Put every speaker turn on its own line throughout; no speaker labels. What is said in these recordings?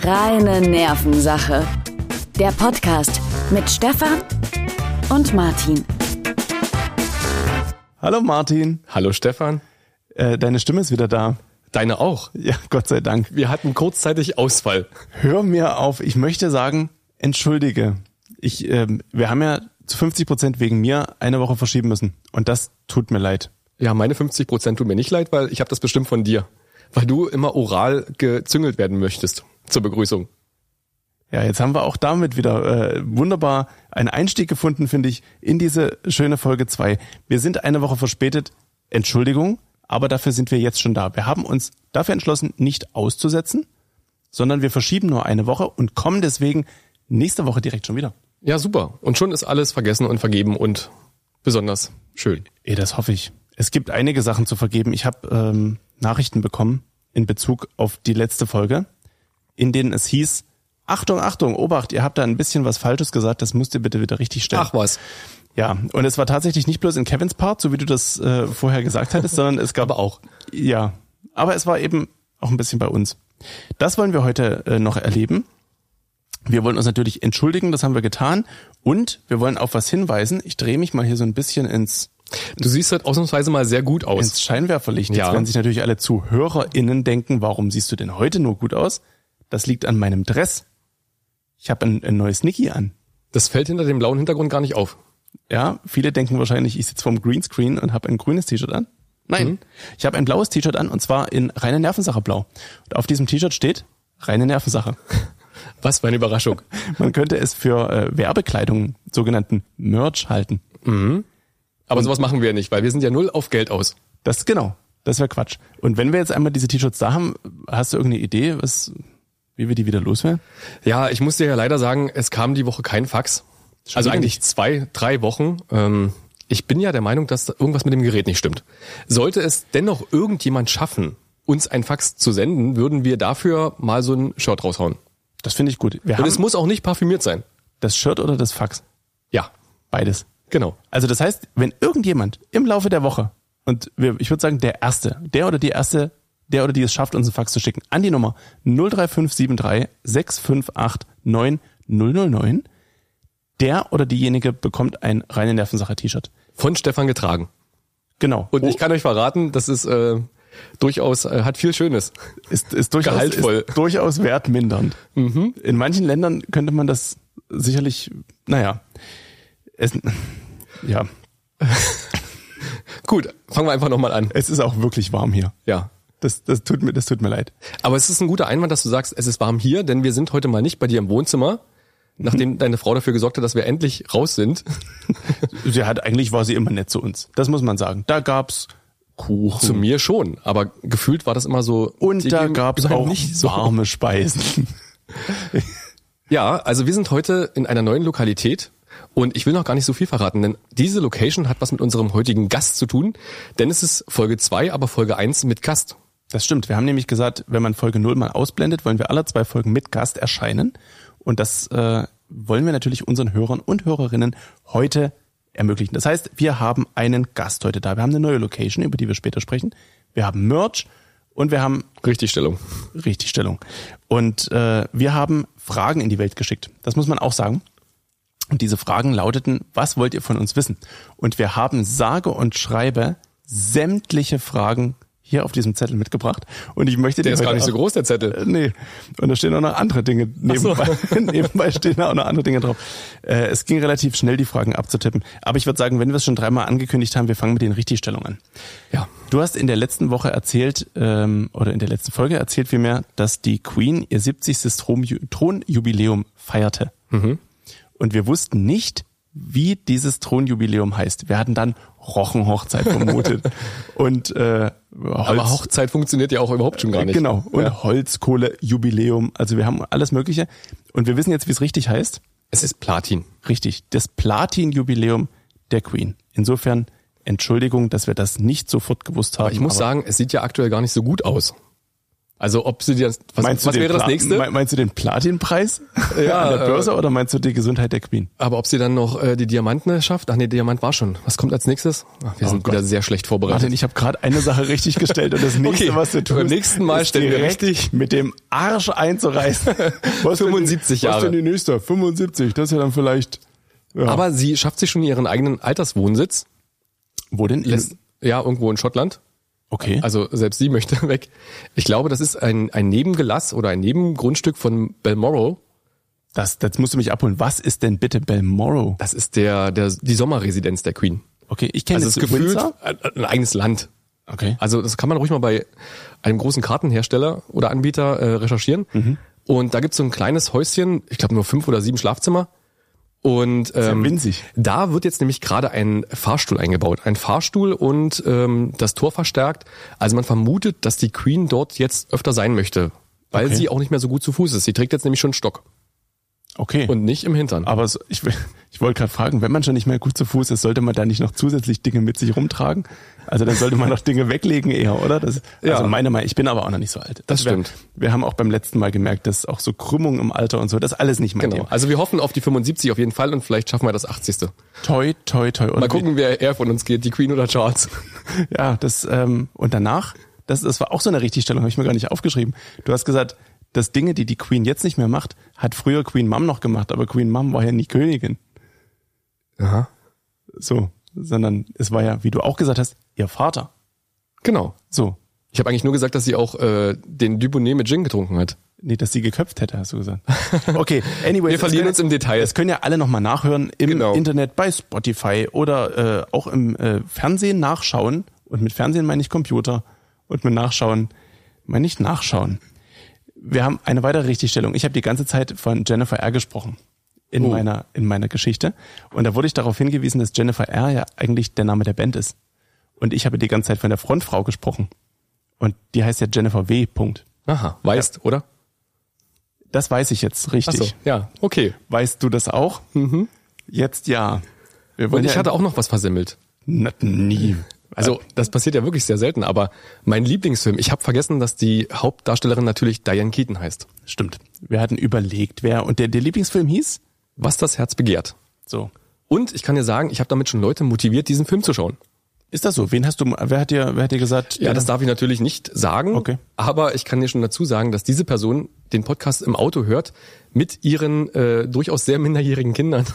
Reine Nervensache. Der Podcast mit Stefan und Martin.
Hallo Martin,
Hallo Stefan,
äh, deine Stimme ist wieder da.
deine auch.
Ja, Gott sei Dank.
Wir hatten kurzzeitig Ausfall.
Hör mir auf, ich möchte sagen, entschuldige. Ich, ähm, wir haben ja zu 50 Prozent wegen mir eine Woche verschieben müssen. Und das tut mir leid.
Ja, meine 50 Prozent tun mir nicht leid, weil ich habe das bestimmt von dir, weil du immer oral gezüngelt werden möchtest zur Begrüßung.
Ja, jetzt haben wir auch damit wieder äh, wunderbar einen Einstieg gefunden, finde ich, in diese schöne Folge 2. Wir sind eine Woche verspätet. Entschuldigung, aber dafür sind wir jetzt schon da. Wir haben uns dafür entschlossen, nicht auszusetzen, sondern wir verschieben nur eine Woche und kommen deswegen nächste Woche direkt schon wieder.
Ja, super. Und schon ist alles vergessen und vergeben und besonders schön.
Eh, das hoffe ich. Es gibt einige Sachen zu vergeben. Ich habe ähm, Nachrichten bekommen in Bezug auf die letzte Folge, in denen es hieß, Achtung, Achtung, Obacht, ihr habt da ein bisschen was Falsches gesagt, das müsst ihr bitte wieder richtig stellen.
Ach was.
Ja, und es war tatsächlich nicht bloß in Kevins Part, so wie du das äh, vorher gesagt hattest, sondern es gab
Aber auch.
ja, aber es war eben auch ein bisschen bei uns. Das wollen wir heute äh, noch erleben. Wir wollen uns natürlich entschuldigen, das haben wir getan. Und wir wollen auf was hinweisen. Ich drehe mich mal hier so ein bisschen ins,
Du siehst halt ausnahmsweise mal sehr gut aus.
ins Scheinwerferlicht. Jetzt
Ja.
werden sich natürlich alle ZuhörerInnen denken, warum siehst du denn heute nur gut aus? Das liegt an meinem Dress. Ich habe ein, ein neues Niki an.
Das fällt hinter dem blauen Hintergrund gar nicht auf.
Ja, viele denken wahrscheinlich, ich sitze vorm Greenscreen und habe ein grünes T-Shirt an. Nein, ich habe ein blaues T-Shirt an und zwar in reine Nervensache blau. Und auf diesem T-Shirt steht reine Nervensache.
Was für eine Überraschung.
Man könnte es für äh, Werbekleidung, sogenannten Merch halten.
Aber sowas machen wir nicht, weil wir sind ja null auf Geld aus.
Das genau, das wäre Quatsch. Und wenn wir jetzt einmal diese T-Shirts da haben, hast du irgendeine Idee, was, wie wir die wieder loswerden?
Ja, ich muss dir ja leider sagen, es kam die Woche kein Fax. also
wieder
eigentlich zwei, drei Wochen. Ähm, ich bin ja der Meinung, dass da irgendwas mit dem Gerät nicht stimmt. Sollte es dennoch irgendjemand schaffen, uns ein Fax zu senden, würden wir dafür mal so ein Shirt raushauen.
Das finde ich gut. Wir
Und es
haben
muss auch nicht parfümiert sein.
das Shirt oder das Fax?
Ja,
Beides.
genau.
Also das heißt, wenn irgendjemand im Laufe der Woche, und wir, ich würde sagen, der Erste, der oder die Erste, der oder die es schafft, uns einen Fax zu schicken, an die Nummer 03573 658 9009, der oder diejenige bekommt ein reine Nervensache-T-Shirt.
Von Stefan getragen.
Genau.
Und ich kann euch verraten, das ist äh, durchaus, äh, hat viel Schönes.
ist, ist durchaus,
Gehaltvoll. Mhm.
Ist durchaus wertmindernd. In manchen Ländern könnte man das sicherlich, naja, es, ja,
Gut, fangen wir einfach nochmal an.
es ist auch wirklich warm hier.
Ja.
Das, das tut mir, das tut mir leid.
Aber es ist ein guter Einwand, dass du sagst, es ist warm hier, denn wir sind heute mal nicht bei dir im Wohnzimmer,
Mhm.
nachdem deine Frau dafür gesorgt hat, dass wir endlich raus sind.
Sie hat eigentlich war sie immer nett zu uns. Das muss man sagen. Da gab's Kuchen
Zu mir schon, aber gefühlt war das immer so. die
und da
geben-
gab's
bleiben
auch warme Speisen.
Ja, also wir sind heute in einer neuen Lokalität und ich will noch gar nicht so viel verraten, denn diese Location hat was mit unserem heutigen Gast zu tun, denn es ist Folge 2, aber Folge 1 mit Gast.
Das stimmt. Wir haben nämlich gesagt, wenn man Folge 0 mal ausblendet, wollen wir alle zwei Folgen mit Gast erscheinen. Und das äh, wollen wir natürlich unseren Hörern und Hörerinnen heute ermöglichen. Das heißt, wir haben einen Gast heute da. Wir haben eine neue Location, über die wir später sprechen. Wir haben Merch und wir haben
Richtigstellung.
Richtigstellung. Und äh, wir haben Fragen in die Welt geschickt. Das muss man auch sagen. Und diese Fragen lauteten, was wollt ihr von uns wissen? Und wir haben sage und schreibe sämtliche Fragen hier auf diesem Zettel mitgebracht. Und ich möchte
Der ist gar nicht so groß, der Zettel.
Äh, Nee, und da stehen auch noch andere Dinge
so.
nebenbei. nebenbei stehen auch noch andere Dinge drauf. Äh, es ging relativ schnell, die Fragen abzutippen. Aber ich würde sagen, wenn wir es schon dreimal angekündigt haben, wir fangen mit den Richtigstellungen an.
Ja.
Du hast in der letzten Woche erzählt, ähm, oder in der letzten Folge erzählt vielmehr, dass die Queen ihr 70. Thron- Thronjubiläum feierte.
Mhm.
Und wir wussten nicht, wie dieses Thronjubiläum heißt. Wir hatten dann Rochenhochzeit vermutet. und äh, Holz,
Aber Hochzeit funktioniert ja auch überhaupt schon gar nicht.
Genau. Und Holzkohlejubiläum. Also wir haben alles Mögliche. Und wir wissen jetzt, wie es richtig heißt.
Es ist Platin.
Richtig, das Platin-Jubiläum der Queen. Insofern Entschuldigung, dass wir das nicht sofort gewusst haben.
Ich muss
aber-
sagen, es sieht ja aktuell gar nicht so gut aus. Also ob sie dir was,
Meinst du
was
den
wäre das
Pla-
nächste?
me- Meinst du den Platinpreis
Ja,
an der
äh,
Börse oder meinst du die Gesundheit der Queen?
Aber ob sie dann noch äh, die Diamantne schafft? Ach nee, Diamant war schon. Was kommt als nächstes? Ach, wir
Oh
sind
Gott.
wieder sehr schlecht vorbereitet.
Martin, ich habe gerade eine Sache richtig gestellt und das nächste,
Okay,
was du tust,
beim nächsten Mal
ist
stellen wir
direkt
richtig.
mit dem Arsch einzureißen. Was
75
denn, Was
Jahre.
denn die nächste? 75, das ist ja dann vielleicht... Ja.
Aber sie schafft sich schon ihren eigenen Alterswohnsitz.
wo denn?
Lässt, ja, irgendwo in Schottland.
okay.
Also selbst sie möchte weg. Ich glaube, das ist ein, ein Nebengelass oder ein Nebengrundstück von Balmoral.
Das, das musst du mich abholen. Was ist denn bitte Balmoral?
Das ist der, der, die Sommerresidenz der Queen.
Okay, ich kenne
Also
es
es ist gefühlt
Windsor.
ein, ein eigenes Land.
Okay.
Also das kann man ruhig mal bei einem großen Kartenhersteller oder Anbieter äh, recherchieren.
Mhm.
Und da gibt's so ein kleines Häuschen, ich glaube nur fünf oder sieben Schlafzimmer. Und ähm,
winzig.
da wird jetzt nämlich gerade ein Fahrstuhl eingebaut. Ein Fahrstuhl und ähm, das Tor verstärkt. Also man vermutet, dass die Queen dort jetzt öfter sein möchte, weil
Okay.
sie auch nicht mehr so gut zu Fuß ist. Sie trägt jetzt nämlich schon einen Stock
Okay.
und nicht im Hintern.
aber so, ich, will- ich wollte gerade fragen, wenn man schon nicht mehr gut zu Fuß ist, sollte man da nicht noch zusätzlich Dinge mit sich rumtragen? Also dann sollte man noch Dinge weglegen eher, oder? Das,
Ja.
Also meine Meinung, ich bin aber auch noch nicht so alt.
Das
wir,
stimmt.
Wir haben auch beim letzten Mal gemerkt, dass auch so Krümmung im Alter und so, das ist alles nicht mein
Genau.
Thema.
Also wir hoffen auf die 75 auf jeden Fall und vielleicht schaffen wir das 80.
Toi, toi, toi. Und
Mal gucken, wer eher von uns geht, die Queen oder Charles.
Wie, ja, das, ähm, und danach, das, das war auch so eine Richtigstellung, habe ich mir gar nicht aufgeschrieben. Du hast gesagt, dass Dinge, die die Queen jetzt nicht mehr macht, hat früher Queen Mom noch gemacht, aber Queen Mom war ja nie Königin.
Aha.
So, sondern es war ja, wie du auch gesagt hast, ihr Vater.
Genau.
So.
Ich habe eigentlich nur gesagt, dass sie auch äh, den Dubonnet mit Gin getrunken hat.
Nee, dass sie geköpft hätte, hast du gesagt. Okay, anyway.
Wir verlieren uns im Detail.
Das können ja alle nochmal nachhören im
Genau.
Internet, bei Spotify oder äh, auch im äh, Fernsehen nachschauen. Und mit Fernsehen meine ich Computer und mit Nachschauen meine ich Nachschauen. Wir haben eine weitere Richtigstellung. Ich habe die ganze Zeit von Jennifer R. gesprochen in,
Oh.
meiner, in meiner Geschichte. Und da wurde ich darauf hingewiesen, dass Jennifer R. ja eigentlich der Name der Band ist. Und ich habe die ganze Zeit von der Frontfrau gesprochen. Und die heißt ja Jennifer W. Punkt.
Aha, weißt, oder?
Das weiß ich jetzt
Ach
richtig.
so, ja, okay.
Weißt du das auch? Jetzt ja. Mhm. Wir wollen
Und ich
ja
hatte auch noch was versemmelt.
Na, nie.
Also das passiert ja wirklich sehr selten, aber mein Lieblingsfilm, ich habe vergessen, dass die Hauptdarstellerin natürlich Diane Keaton heißt.
Stimmt. Wir hatten überlegt, wer und der, der Lieblingsfilm hieß?
Was das Herz begehrt.
So.
Und ich kann dir sagen, ich habe damit schon Leute motiviert, diesen Film zu schauen.
Ist das so? Wen hast du wer hat dir wer hat dir gesagt?
Ja,
der-
das darf ich natürlich nicht sagen,
Okay.
aber ich kann dir schon dazu sagen, dass diese Person den Podcast im Auto hört mit ihren äh, durchaus sehr minderjährigen Kindern.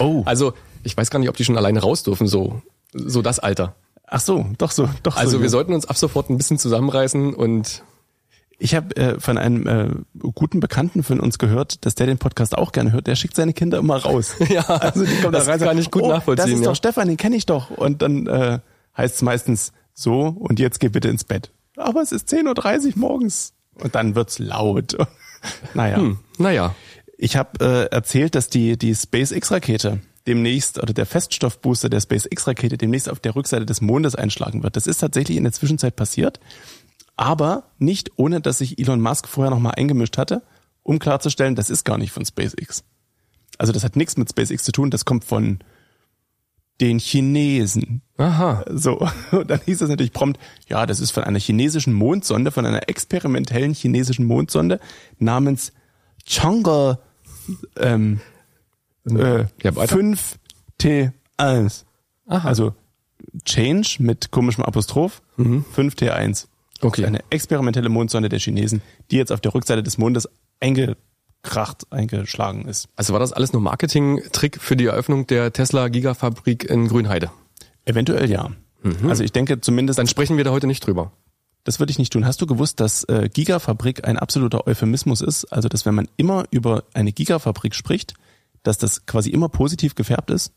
Oh.
Also ich weiß gar nicht, ob die schon alleine raus dürfen, so, so das Alter.
Ach so, doch so, doch so.
Also
ja.
wir sollten uns ab sofort ein bisschen zusammenreißen und
Ich habe äh, von einem äh, guten Bekannten von uns gehört, dass der den Podcast auch gerne hört. Der schickt seine Kinder immer raus.
Ja,
also die kommen
das
da rein. und
kann
sagen,
ich gut
oh, Das
nachvollziehen,
ist
ja."
doch Stefan, den kenne ich doch. Und dann äh, heißt es meistens so und jetzt geh bitte ins Bett. Aber es ist 10:30 Uhr morgens und dann wird's laut. naja,
hm, naja,
ich habe äh, erzählt, dass die die SpaceX-Rakete demnächst oder der Feststoffbooster der SpaceX-Rakete demnächst auf der Rückseite des Mondes einschlagen wird. Das ist tatsächlich in der Zwischenzeit passiert aber nicht ohne, dass sich Elon Musk vorher nochmal eingemischt hatte, um klarzustellen, das ist gar nicht von SpaceX. Also das hat nichts mit SpaceX zu tun, das kommt von den Chinesen.
aha,
So, und dann hieß es natürlich prompt, ja, das ist von einer chinesischen Mondsonde, von einer experimentellen chinesischen Mondsonde namens Chang'e ähm, äh,
Ja, weiter.
5T1. Also Change mit komischem Apostroph 5T1.
Mhm. Okay.
Eine experimentelle Mondsonde der Chinesen, die jetzt auf der Rückseite des Mondes eingekracht, eingeschlagen ist.
also war das alles nur Marketing-Trick für die Eröffnung der Tesla Gigafabrik in Grünheide.
Eventuell ja. Also ich denke zumindest
Mhm. Dann sprechen wir da heute nicht drüber.
Das würde ich nicht tun. Hast du gewusst, dass äh, Gigafabrik ein absoluter Euphemismus ist? Also, dass wenn man immer über eine Gigafabrik spricht, dass das quasi immer positiv gefärbt ist?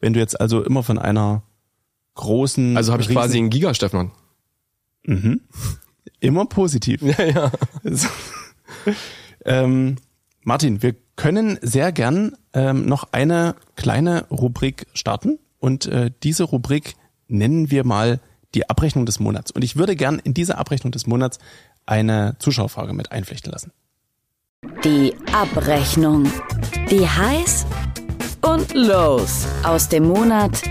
Wenn du jetzt also immer von einer großen...
Also habe ich
riesen-
quasi einen Giga-Stefan.
Immer positiv.
Ja, ja.
So. ähm, Martin, wir können sehr gern ähm, noch eine kleine Rubrik starten und äh, diese Rubrik nennen wir mal die Abrechnung des Monats. Und ich würde gern in diese Abrechnung des Monats eine Zuschauerfrage mit einflechten lassen.
Die Abrechnung. Die heiß und los aus dem Monat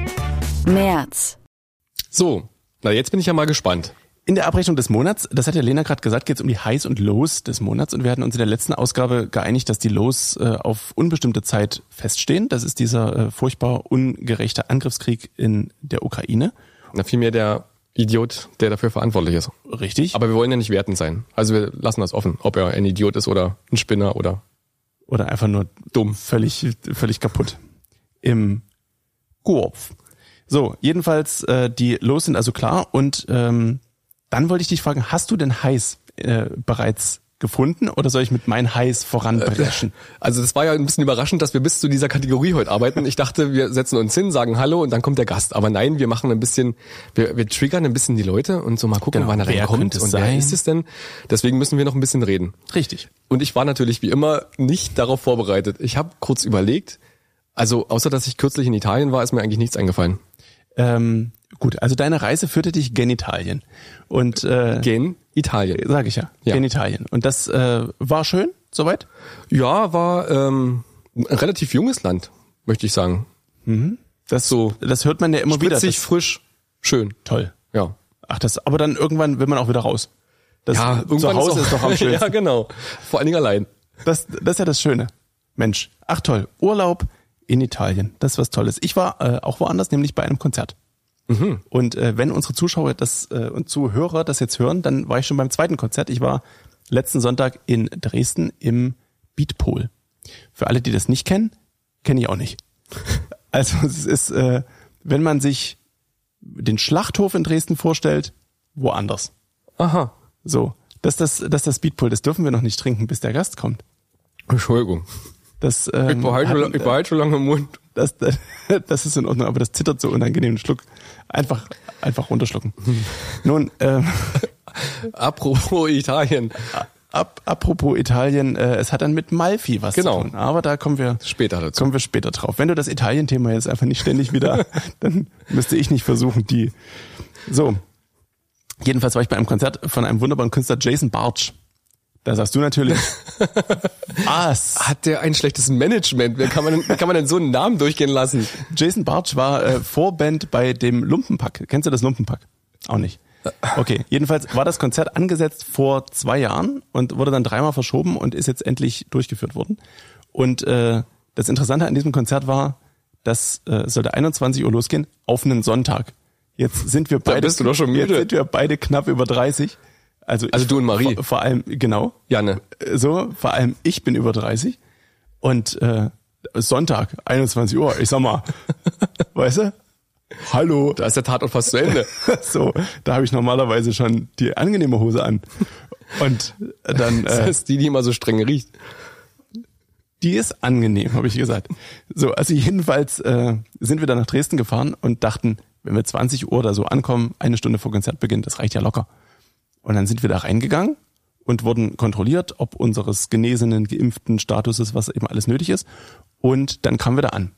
März.
So, na jetzt bin ich ja mal gespannt.
In der Abrechnung des Monats, das hat ja Lena gerade gesagt, geht es um die Highs und Lows des Monats. Und wir hatten uns in der letzten Ausgabe geeinigt, dass die Lows äh, auf unbestimmte Zeit feststehen. Das ist dieser äh, furchtbar ungerechte Angriffskrieg in der Ukraine.
Na, vielmehr der Idiot, der dafür verantwortlich ist.
Richtig?
Aber wir wollen ja nicht wertend sein. Also wir lassen das offen, ob er ein Idiot ist oder ein Spinner oder
Oder einfach nur dumm, völlig, völlig kaputt. Im Kopf. So, jedenfalls, äh, die Lows sind also klar. Und ähm, dann wollte ich dich fragen, hast du denn Highs äh, bereits gefunden oder soll ich mit meinen Highs voranpreschen?
Also das war ja ein bisschen überraschend, dass wir bis zu dieser Kategorie heute arbeiten. Ich dachte, wir setzen uns hin, sagen Hallo und dann kommt der Gast. Aber nein, wir machen ein bisschen, wir, wir triggern ein bisschen die Leute und so mal gucken,
Genau.
wann er
Wer
dann kommt
könnte es
und
sein?
wer ist es denn. Deswegen müssen wir noch ein bisschen reden.
Richtig.
Und ich war natürlich wie immer nicht darauf vorbereitet. Ich habe kurz überlegt. Also außer dass ich kürzlich in Italien war, ist mir eigentlich nichts eingefallen.
Ähm, gut, also deine Reise führte dich genitalien. Und äh,
Gen Italien.
sage ich ja,
Ja.
genitalien. Und das äh, war schön, soweit?
Ja, war ähm, ein relativ junges Land, möchte ich sagen.
Das
So.
das hört man ja immer wieder.
Spritzig,
Das,
frisch, schön.
toll.
Ja.
Ach, das. Aber dann irgendwann will man auch wieder raus. Das, zu Hause ist, doch am schönsten.
ja, genau. Vor allen Dingen allein.
Das, das ist ja das Schöne. Mensch, ach toll, Urlaub in Italien, das ist was Tolles. Ich war äh, auch woanders, nämlich bei einem Konzert. Und äh, wenn unsere Zuschauer das äh, und Zuhörer das jetzt hören, dann war ich schon beim zweiten Konzert. Ich war letzten Sonntag in Dresden im Beatpol. Für alle, die das nicht kennen, kenne ich auch nicht. Also es ist, äh, wenn man sich den Schlachthof in Dresden vorstellt, woanders.
Aha.
So, das ist das, das, ist das Beatpol, das dürfen wir noch nicht trinken, bis der Gast kommt.
Entschuldigung.
Das, ähm,
Ich war halt schon,
hat-
ich war halt schon lange im Mund.
das, das ist in Ordnung, aber das zittert so unangenehm. Ein Schluck, einfach, einfach runterschlucken. Nun, ähm,
Apropos Italien.
ab, apropos Italien, äh, es hat dann mit Malfi was
Genau.
zu tun. Aber da kommen wir
Später dazu.
kommen wir später drauf. Wenn du das Italien-Thema jetzt einfach nicht ständig wieder, dann müsste ich nicht versuchen, die. So. Jedenfalls war ich bei einem Konzert von einem wunderbaren Künstler Jason Bartsch. Da sagst du natürlich. Was?
Hat der ein schlechtes Management? Wer kann man, denn- wie kann man denn so einen Namen durchgehen lassen?
Jason Bartsch war äh, Vorband bei dem Lumpenpack. Kennst du das Lumpenpack? Auch nicht. Okay, jedenfalls war das Konzert angesetzt vor zwei Jahren und wurde dann dreimal verschoben und ist jetzt endlich durchgeführt worden. Und äh, das Interessante an diesem Konzert war, das äh, sollte 21 Uhr losgehen auf einen Sonntag. Jetzt sind wir beide,
bist du doch schon
jetzt
müde.
sind wir beide knapp über 30. Also,
Also du und Marie.
Vor, vor allem, genau
Janne.
so, vor allem ich bin über 30 und äh, Sonntag, 21 Uhr, ich sag mal, weißt du? Hallo.
Da ist der Tatort fast zu Ende.
So, da habe ich normalerweise schon die angenehme Hose an. Und dann,
Das
äh,
ist die, die immer so streng riecht.
die ist angenehm, habe ich gesagt. So, also jedenfalls äh, sind wir dann nach Dresden gefahren und dachten, wenn wir 20 Uhr oder so ankommen, eine Stunde vor Konzertbeginn, das reicht ja locker. Und dann sind wir da reingegangen und wurden kontrolliert, ob unseres genesenen, geimpften Statuses, was eben alles nötig ist. Und dann kamen wir da an.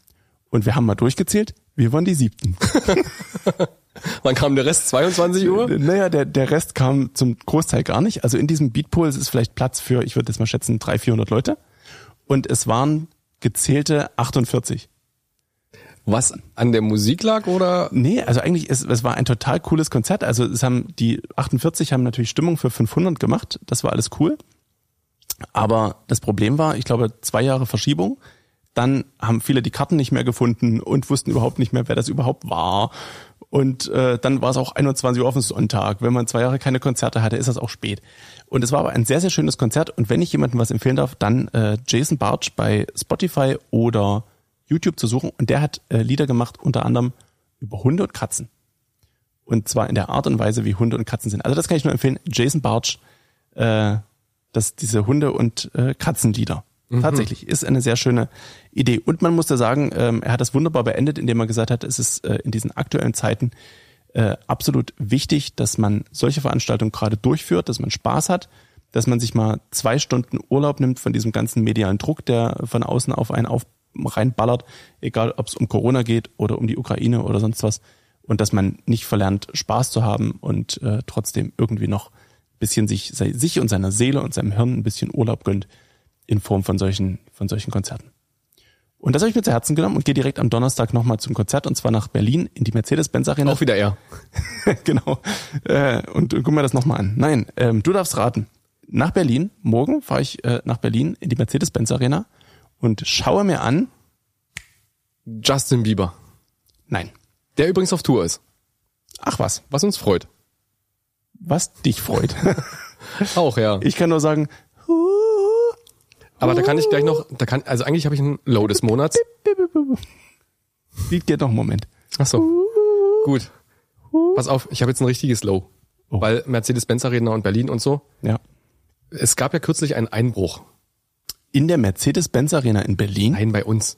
Und wir haben mal durchgezählt, wir waren die siebten.
Wann kam der Rest? 22 Uhr?
Naja, der, der Rest kam zum Großteil gar nicht. Also in diesem Beatpool ist vielleicht Platz für, ich würde das mal schätzen, 300, 400 Leute. Und es waren gezählte 48.
Was an der Musik lag oder?
Nee, also eigentlich, es, es war ein total cooles Konzert. Also es haben, die 48 haben natürlich Stimmung für 500 gemacht. Das war alles cool. Aber das Problem war, ich glaube, zwei Jahre Verschiebung. Dann haben viele die Karten nicht mehr gefunden und wussten überhaupt nicht mehr, wer das überhaupt war. Und äh, dann war es auch 21 Uhr auf den Sonntag. Wenn man zwei Jahre keine Konzerte hatte, ist das auch spät. Und es war aber ein sehr, sehr schönes Konzert. Und wenn ich jemandem was empfehlen darf, dann äh, Jason Bartsch bei Spotify oder YouTube zu suchen. Und der hat äh, Lieder gemacht, unter anderem über Hunde und Katzen. Und zwar in der Art und Weise, wie Hunde und Katzen sind. Also das kann ich nur empfehlen. Jason Bartsch, äh, dass diese Hunde- und äh, Katzenlieder. Tatsächlich ist eine sehr schöne Idee. Und man muss da sagen, ähm, er hat das wunderbar beendet, indem er gesagt hat, es ist äh, in diesen aktuellen Zeiten äh, absolut wichtig, dass man solche Veranstaltungen gerade durchführt, dass man Spaß hat, dass man sich mal zwei Stunden Urlaub nimmt von diesem ganzen medialen Druck, der von außen auf einen auf reinballert, egal ob es um Corona geht oder um die Ukraine oder sonst was. Und dass man nicht verlernt, Spaß zu haben und äh, trotzdem irgendwie noch ein bisschen sich, sei- sich und seiner Seele und seinem Hirn ein bisschen Urlaub gönnt in Form von solchen, von solchen Konzerten. Und das habe ich mir zu Herzen genommen und gehe direkt am Donnerstag nochmal zum Konzert und zwar nach Berlin in die Mercedes-Benz Arena.
Auch wieder er.
genau. Äh, und guck mir das nochmal an. Nein, ähm, du darfst raten. Nach Berlin, morgen fahre ich äh, nach Berlin in die Mercedes-Benz Arena und schaue mir an.
Justin Bieber.
Nein.
Der übrigens auf Tour ist.
Ach was,
Was uns freut.
was dich freut.
Auch, ja.
ich kann nur sagen,
Aber da kann ich gleich noch, da kann, also eigentlich habe ich einen Low des Monats.
Lied geht noch einen Moment.
Ach so. Gut. Pass auf, ich habe jetzt ein richtiges Low.
Oh.
Weil Mercedes-Benz Arena und Berlin und so.
Ja.
Es gab ja kürzlich einen Einbruch.
In der Mercedes-Benz Arena in Berlin.
Einen bei uns.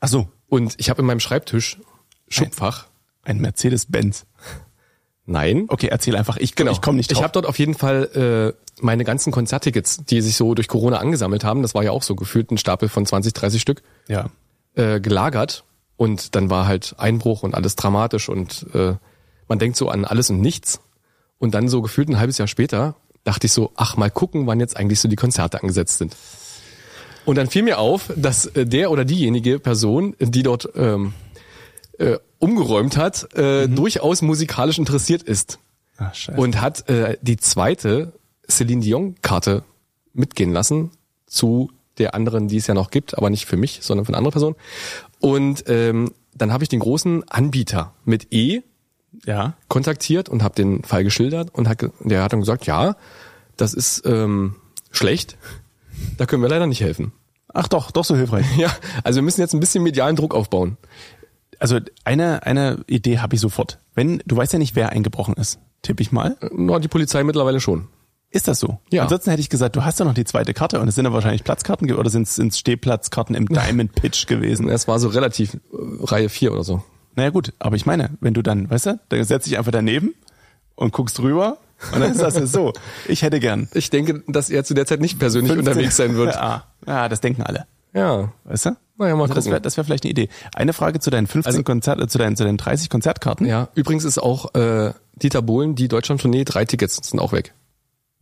Ach so,
Und ich habe in meinem Schreibtisch, Schubfach.
ein Mercedes-Benz.
Nein.
Okay, erzähl einfach. Ich, genau. ich komme nicht
Ich
drauf.
habe dort auf jeden Fall äh, meine ganzen Konzerttickets, die sich so durch Corona angesammelt haben, das war ja auch so gefühlt ein Stapel von 20, 30 Stück,
ja.
äh, gelagert. Und dann war halt Einbruch und alles dramatisch und äh, man denkt so an alles und nichts. Und dann so gefühlt ein halbes Jahr später dachte ich so, ach mal gucken, wann jetzt eigentlich so die Konzerte angesetzt sind. Und dann fiel mir auf, dass äh, der oder diejenige Person, die dort ähm, äh, umgeräumt hat, äh, durchaus musikalisch interessiert ist
Ach, Ah, scheiße.
und hat äh, die zweite Celine Dion-Karte mitgehen lassen zu der anderen, die es ja noch gibt, aber nicht für mich, sondern für eine andere Person. Und ähm, dann habe ich den großen Anbieter mit E
ja.
kontaktiert und habe den Fall geschildert und hat, ge- der hat dann gesagt, ja, das ist ähm, schlecht, da können wir leider nicht helfen.
Ach doch, doch so hilfreich.
Ja, also wir müssen jetzt ein bisschen medialen Druck aufbauen.
Also eine, eine Idee habe ich sofort. Wenn, du weißt ja nicht, wer eingebrochen ist. Tipp ich mal.
Na, die Polizei mittlerweile schon.
Ist das so?
Ja.
Ansonsten hätte ich gesagt, du hast ja noch die zweite Karte und es sind ja wahrscheinlich Platzkarten ge- oder sind es Stehplatzkarten im Diamond Pitch gewesen.
Es war so relativ äh, Reihe 4 oder so.
Naja gut, aber ich meine, wenn du dann, weißt du, dann setzt dich einfach daneben und guckst rüber und dann ist das ja so. Ich hätte gern.
Ich denke, dass er zu der Zeit nicht persönlich unterwegs sein wird.
Ja, ja, das denken alle.
Ja.
Weißt du?
Naja, mal
also das
gucken.
wäre das wär vielleicht eine Idee. Eine Frage zu deinen 15
Also-
Konzert, äh, zu deinen, zu deinen 30 Konzertkarten.
Ja, übrigens ist auch äh, Dieter Bohlen, die Deutschland-Tournee, drei Tickets sind auch weg.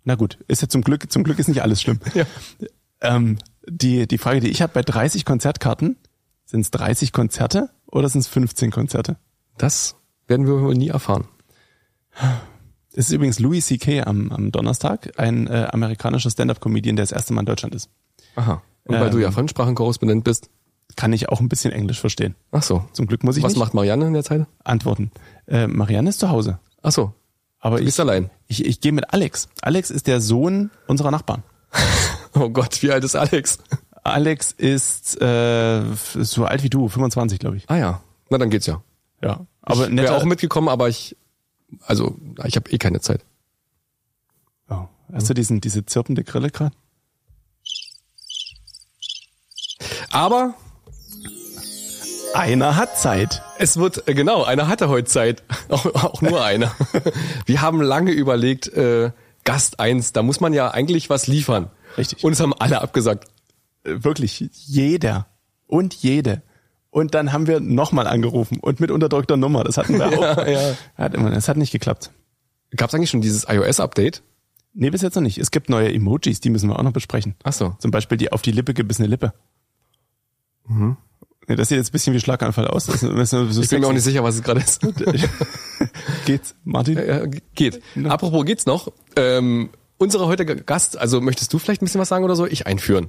Na gut, ist ja zum Glück, zum Glück ist nicht alles schlimm.
Ja.
Ähm, die, die Frage, die ich habe bei 30 Konzertkarten, sind es 30 Konzerte oder sind es 15 Konzerte?
Das werden wir wohl nie erfahren.
Es ist übrigens Louis C.K. am, am Donnerstag, ein äh, amerikanischer Stand-Up-Comedian, der das erste Mal in Deutschland ist.
Aha. Und weil
Ähm.
du ja Fremdsprachenkorrespondent bist.
Kann ich auch ein bisschen Englisch verstehen.
Ach so.
Zum Glück muss ich
Was
nicht
macht Marianne in der Zeit?
antworten. Äh, Marianne ist zu Hause,
Ach so.
aber
Du
ich,
bist allein.
ich, ich gehe mit Alex. Alex ist der Sohn unserer Nachbarn.
Oh Gott, wie alt ist Alex?
Alex ist äh, f- so alt wie du, 25 glaube ich.
Ah ja. Na, dann geht's ja.
Ja, aber
Wäre
netter,
auch mitgekommen, aber ich, also, ich habe eh keine Zeit.
Oh. Hast du diesen, diese zirpende Grille gerade?
Aber
Einer hat Zeit.
es wird, äh, genau, einer hatte heute Zeit. Auch, auch nur einer. Wir haben lange überlegt, äh, Gast 1, da muss man ja eigentlich was liefern.
Richtig.
Und es haben alle abgesagt.
Äh, Wirklich, jeder und jede. Und dann haben wir nochmal angerufen und mit unterdrückter Nummer. Das hatten wir auch.
ja.
Hat immer, es hat nicht geklappt.
Gab es eigentlich schon dieses iOS-Update?
Nee, bis jetzt noch nicht. Es gibt neue Emojis, die müssen wir auch noch besprechen.
Ach so.
Zum Beispiel die auf die Lippe gebissene Lippe. Mhm. Das sieht jetzt ein bisschen wie Schlaganfall aus. Das ist so
Ich bin mir auch nicht sicher, was es gerade ist.
Geht's, Martin?
Ja, geht. Apropos geht's noch. Ähm, unsere heutige Gast, also möchtest du vielleicht ein bisschen was sagen oder so? Ich einführen.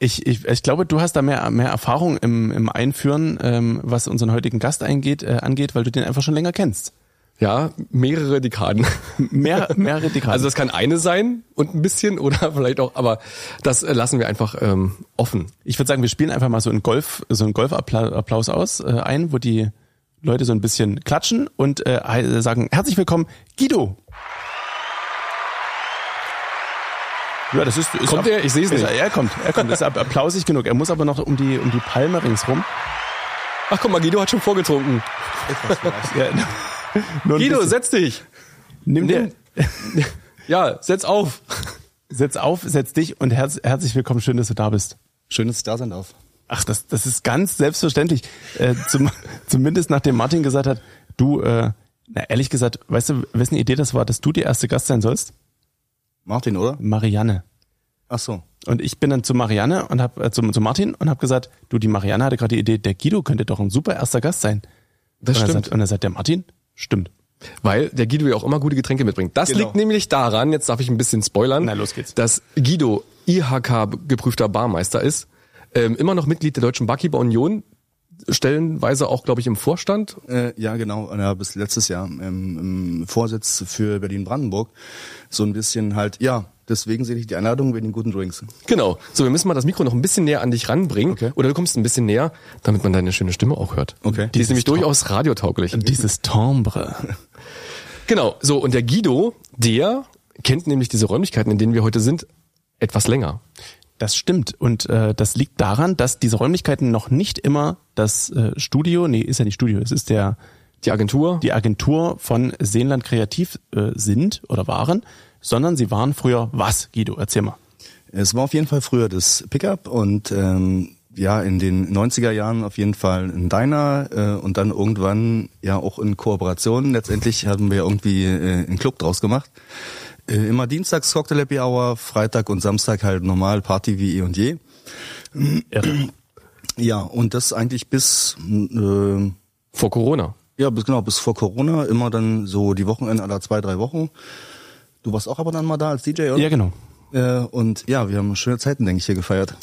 Ich, ich, ich glaube, du hast da mehr, mehr Erfahrung im, im Einführen, ähm, was unseren heutigen Gast eingeht, äh, angeht, weil du den einfach schon länger kennst.
Ja, mehrere Dekaden.
Mehr, mehrere Dekaden.
Also das kann eine sein und ein bisschen oder vielleicht auch, aber das äh, lassen wir einfach ähm, offen.
ich würde sagen, wir spielen einfach mal so einen Golf, so einen Golfapplaus aus äh, ein, wo die Leute so ein bisschen klatschen und äh, he- sagen: Herzlich willkommen, Guido. Ja, das ist. ist
Kommt er? Ich seh's
ist-
nicht.
Er kommt, er kommt. Das ist app- applausig genug. Er muss aber noch um die um die Palme ringsrum.
Ach guck mal, Guido hat schon vorgetrunken.
Ja, nur ein
Guido,
bisschen.
setz dich.
nimm dir,
Ja, setz auf.
setz auf, setz dich und herz, herzlich willkommen. Schön, dass du da bist.
Schön, dass ich da sein darf.
Ach, das, das ist ganz selbstverständlich. Äh, zum, zumindest nachdem Martin gesagt hat, du, äh, na ehrlich gesagt, weißt du, wessen Idee das war, dass du die erste Gast sein sollst?
Martin, oder?
Marianne.
Ach so.
Und ich bin dann zu Marianne und hab, äh, zu, zu Martin und habe gesagt, du, die Marianne hatte gerade die Idee, der Guido könnte doch ein super erster Gast sein.
Das
und er
stimmt.
Sagt, und dann sagt der Martin, stimmt.
Weil der Guido ja auch immer gute Getränke mitbringt. Das
Genau.
liegt nämlich daran, jetzt darf ich ein bisschen spoilern,
Na, los geht's.
dass Guido IHK geprüfter Barmeister ist, ähm, immer noch Mitglied der Deutschen Barkeeper Union, stellenweise auch, glaube ich, im Vorstand.
Äh, ja, genau. Ja, bis letztes Jahr im, im Vorsitz für Berlin-Brandenburg. So ein bisschen halt, ja, deswegen sehe ich die Einladung wegen den guten Drinks.
Genau. So, wir müssen mal das Mikro noch ein bisschen näher an dich ranbringen.
Okay.
Oder du kommst ein bisschen näher, damit man deine schöne Stimme auch hört.
Okay.
Die ist nämlich
Dieses
durchaus radiotauglich.
Und dieses Timbre.
Genau, so und der Guido, der kennt nämlich diese Räumlichkeiten, in denen wir heute sind, etwas länger.
Das stimmt. Und äh, das liegt daran, dass diese Räumlichkeiten noch nicht immer das äh, Studio, nee, ist ja nicht Studio, es ist der
Die Agentur,
die Agentur von Seenland Kreativ äh, sind oder waren, sondern sie waren früher was, Guido? Erzähl mal.
Es war auf jeden Fall früher das Pickup und ähm, ja, in den 90er Jahren auf jeden Fall ein Diner äh, und dann irgendwann ja auch in Kooperation. Letztendlich haben wir irgendwie äh, einen Club draus gemacht. Äh, immer dienstags Cocktail Happy Hour, Freitag und Samstag halt normal Party wie eh und je.
Irre.
Ja, und das eigentlich bis äh,
vor Corona.
ja, bis genau, bis vor Corona, immer dann so die Wochenende aller zwei, drei Wochen. Du warst auch aber dann mal da als DJ, oder?
Ja, genau.
Äh, und ja, wir haben schöne Zeiten, denke ich, hier gefeiert.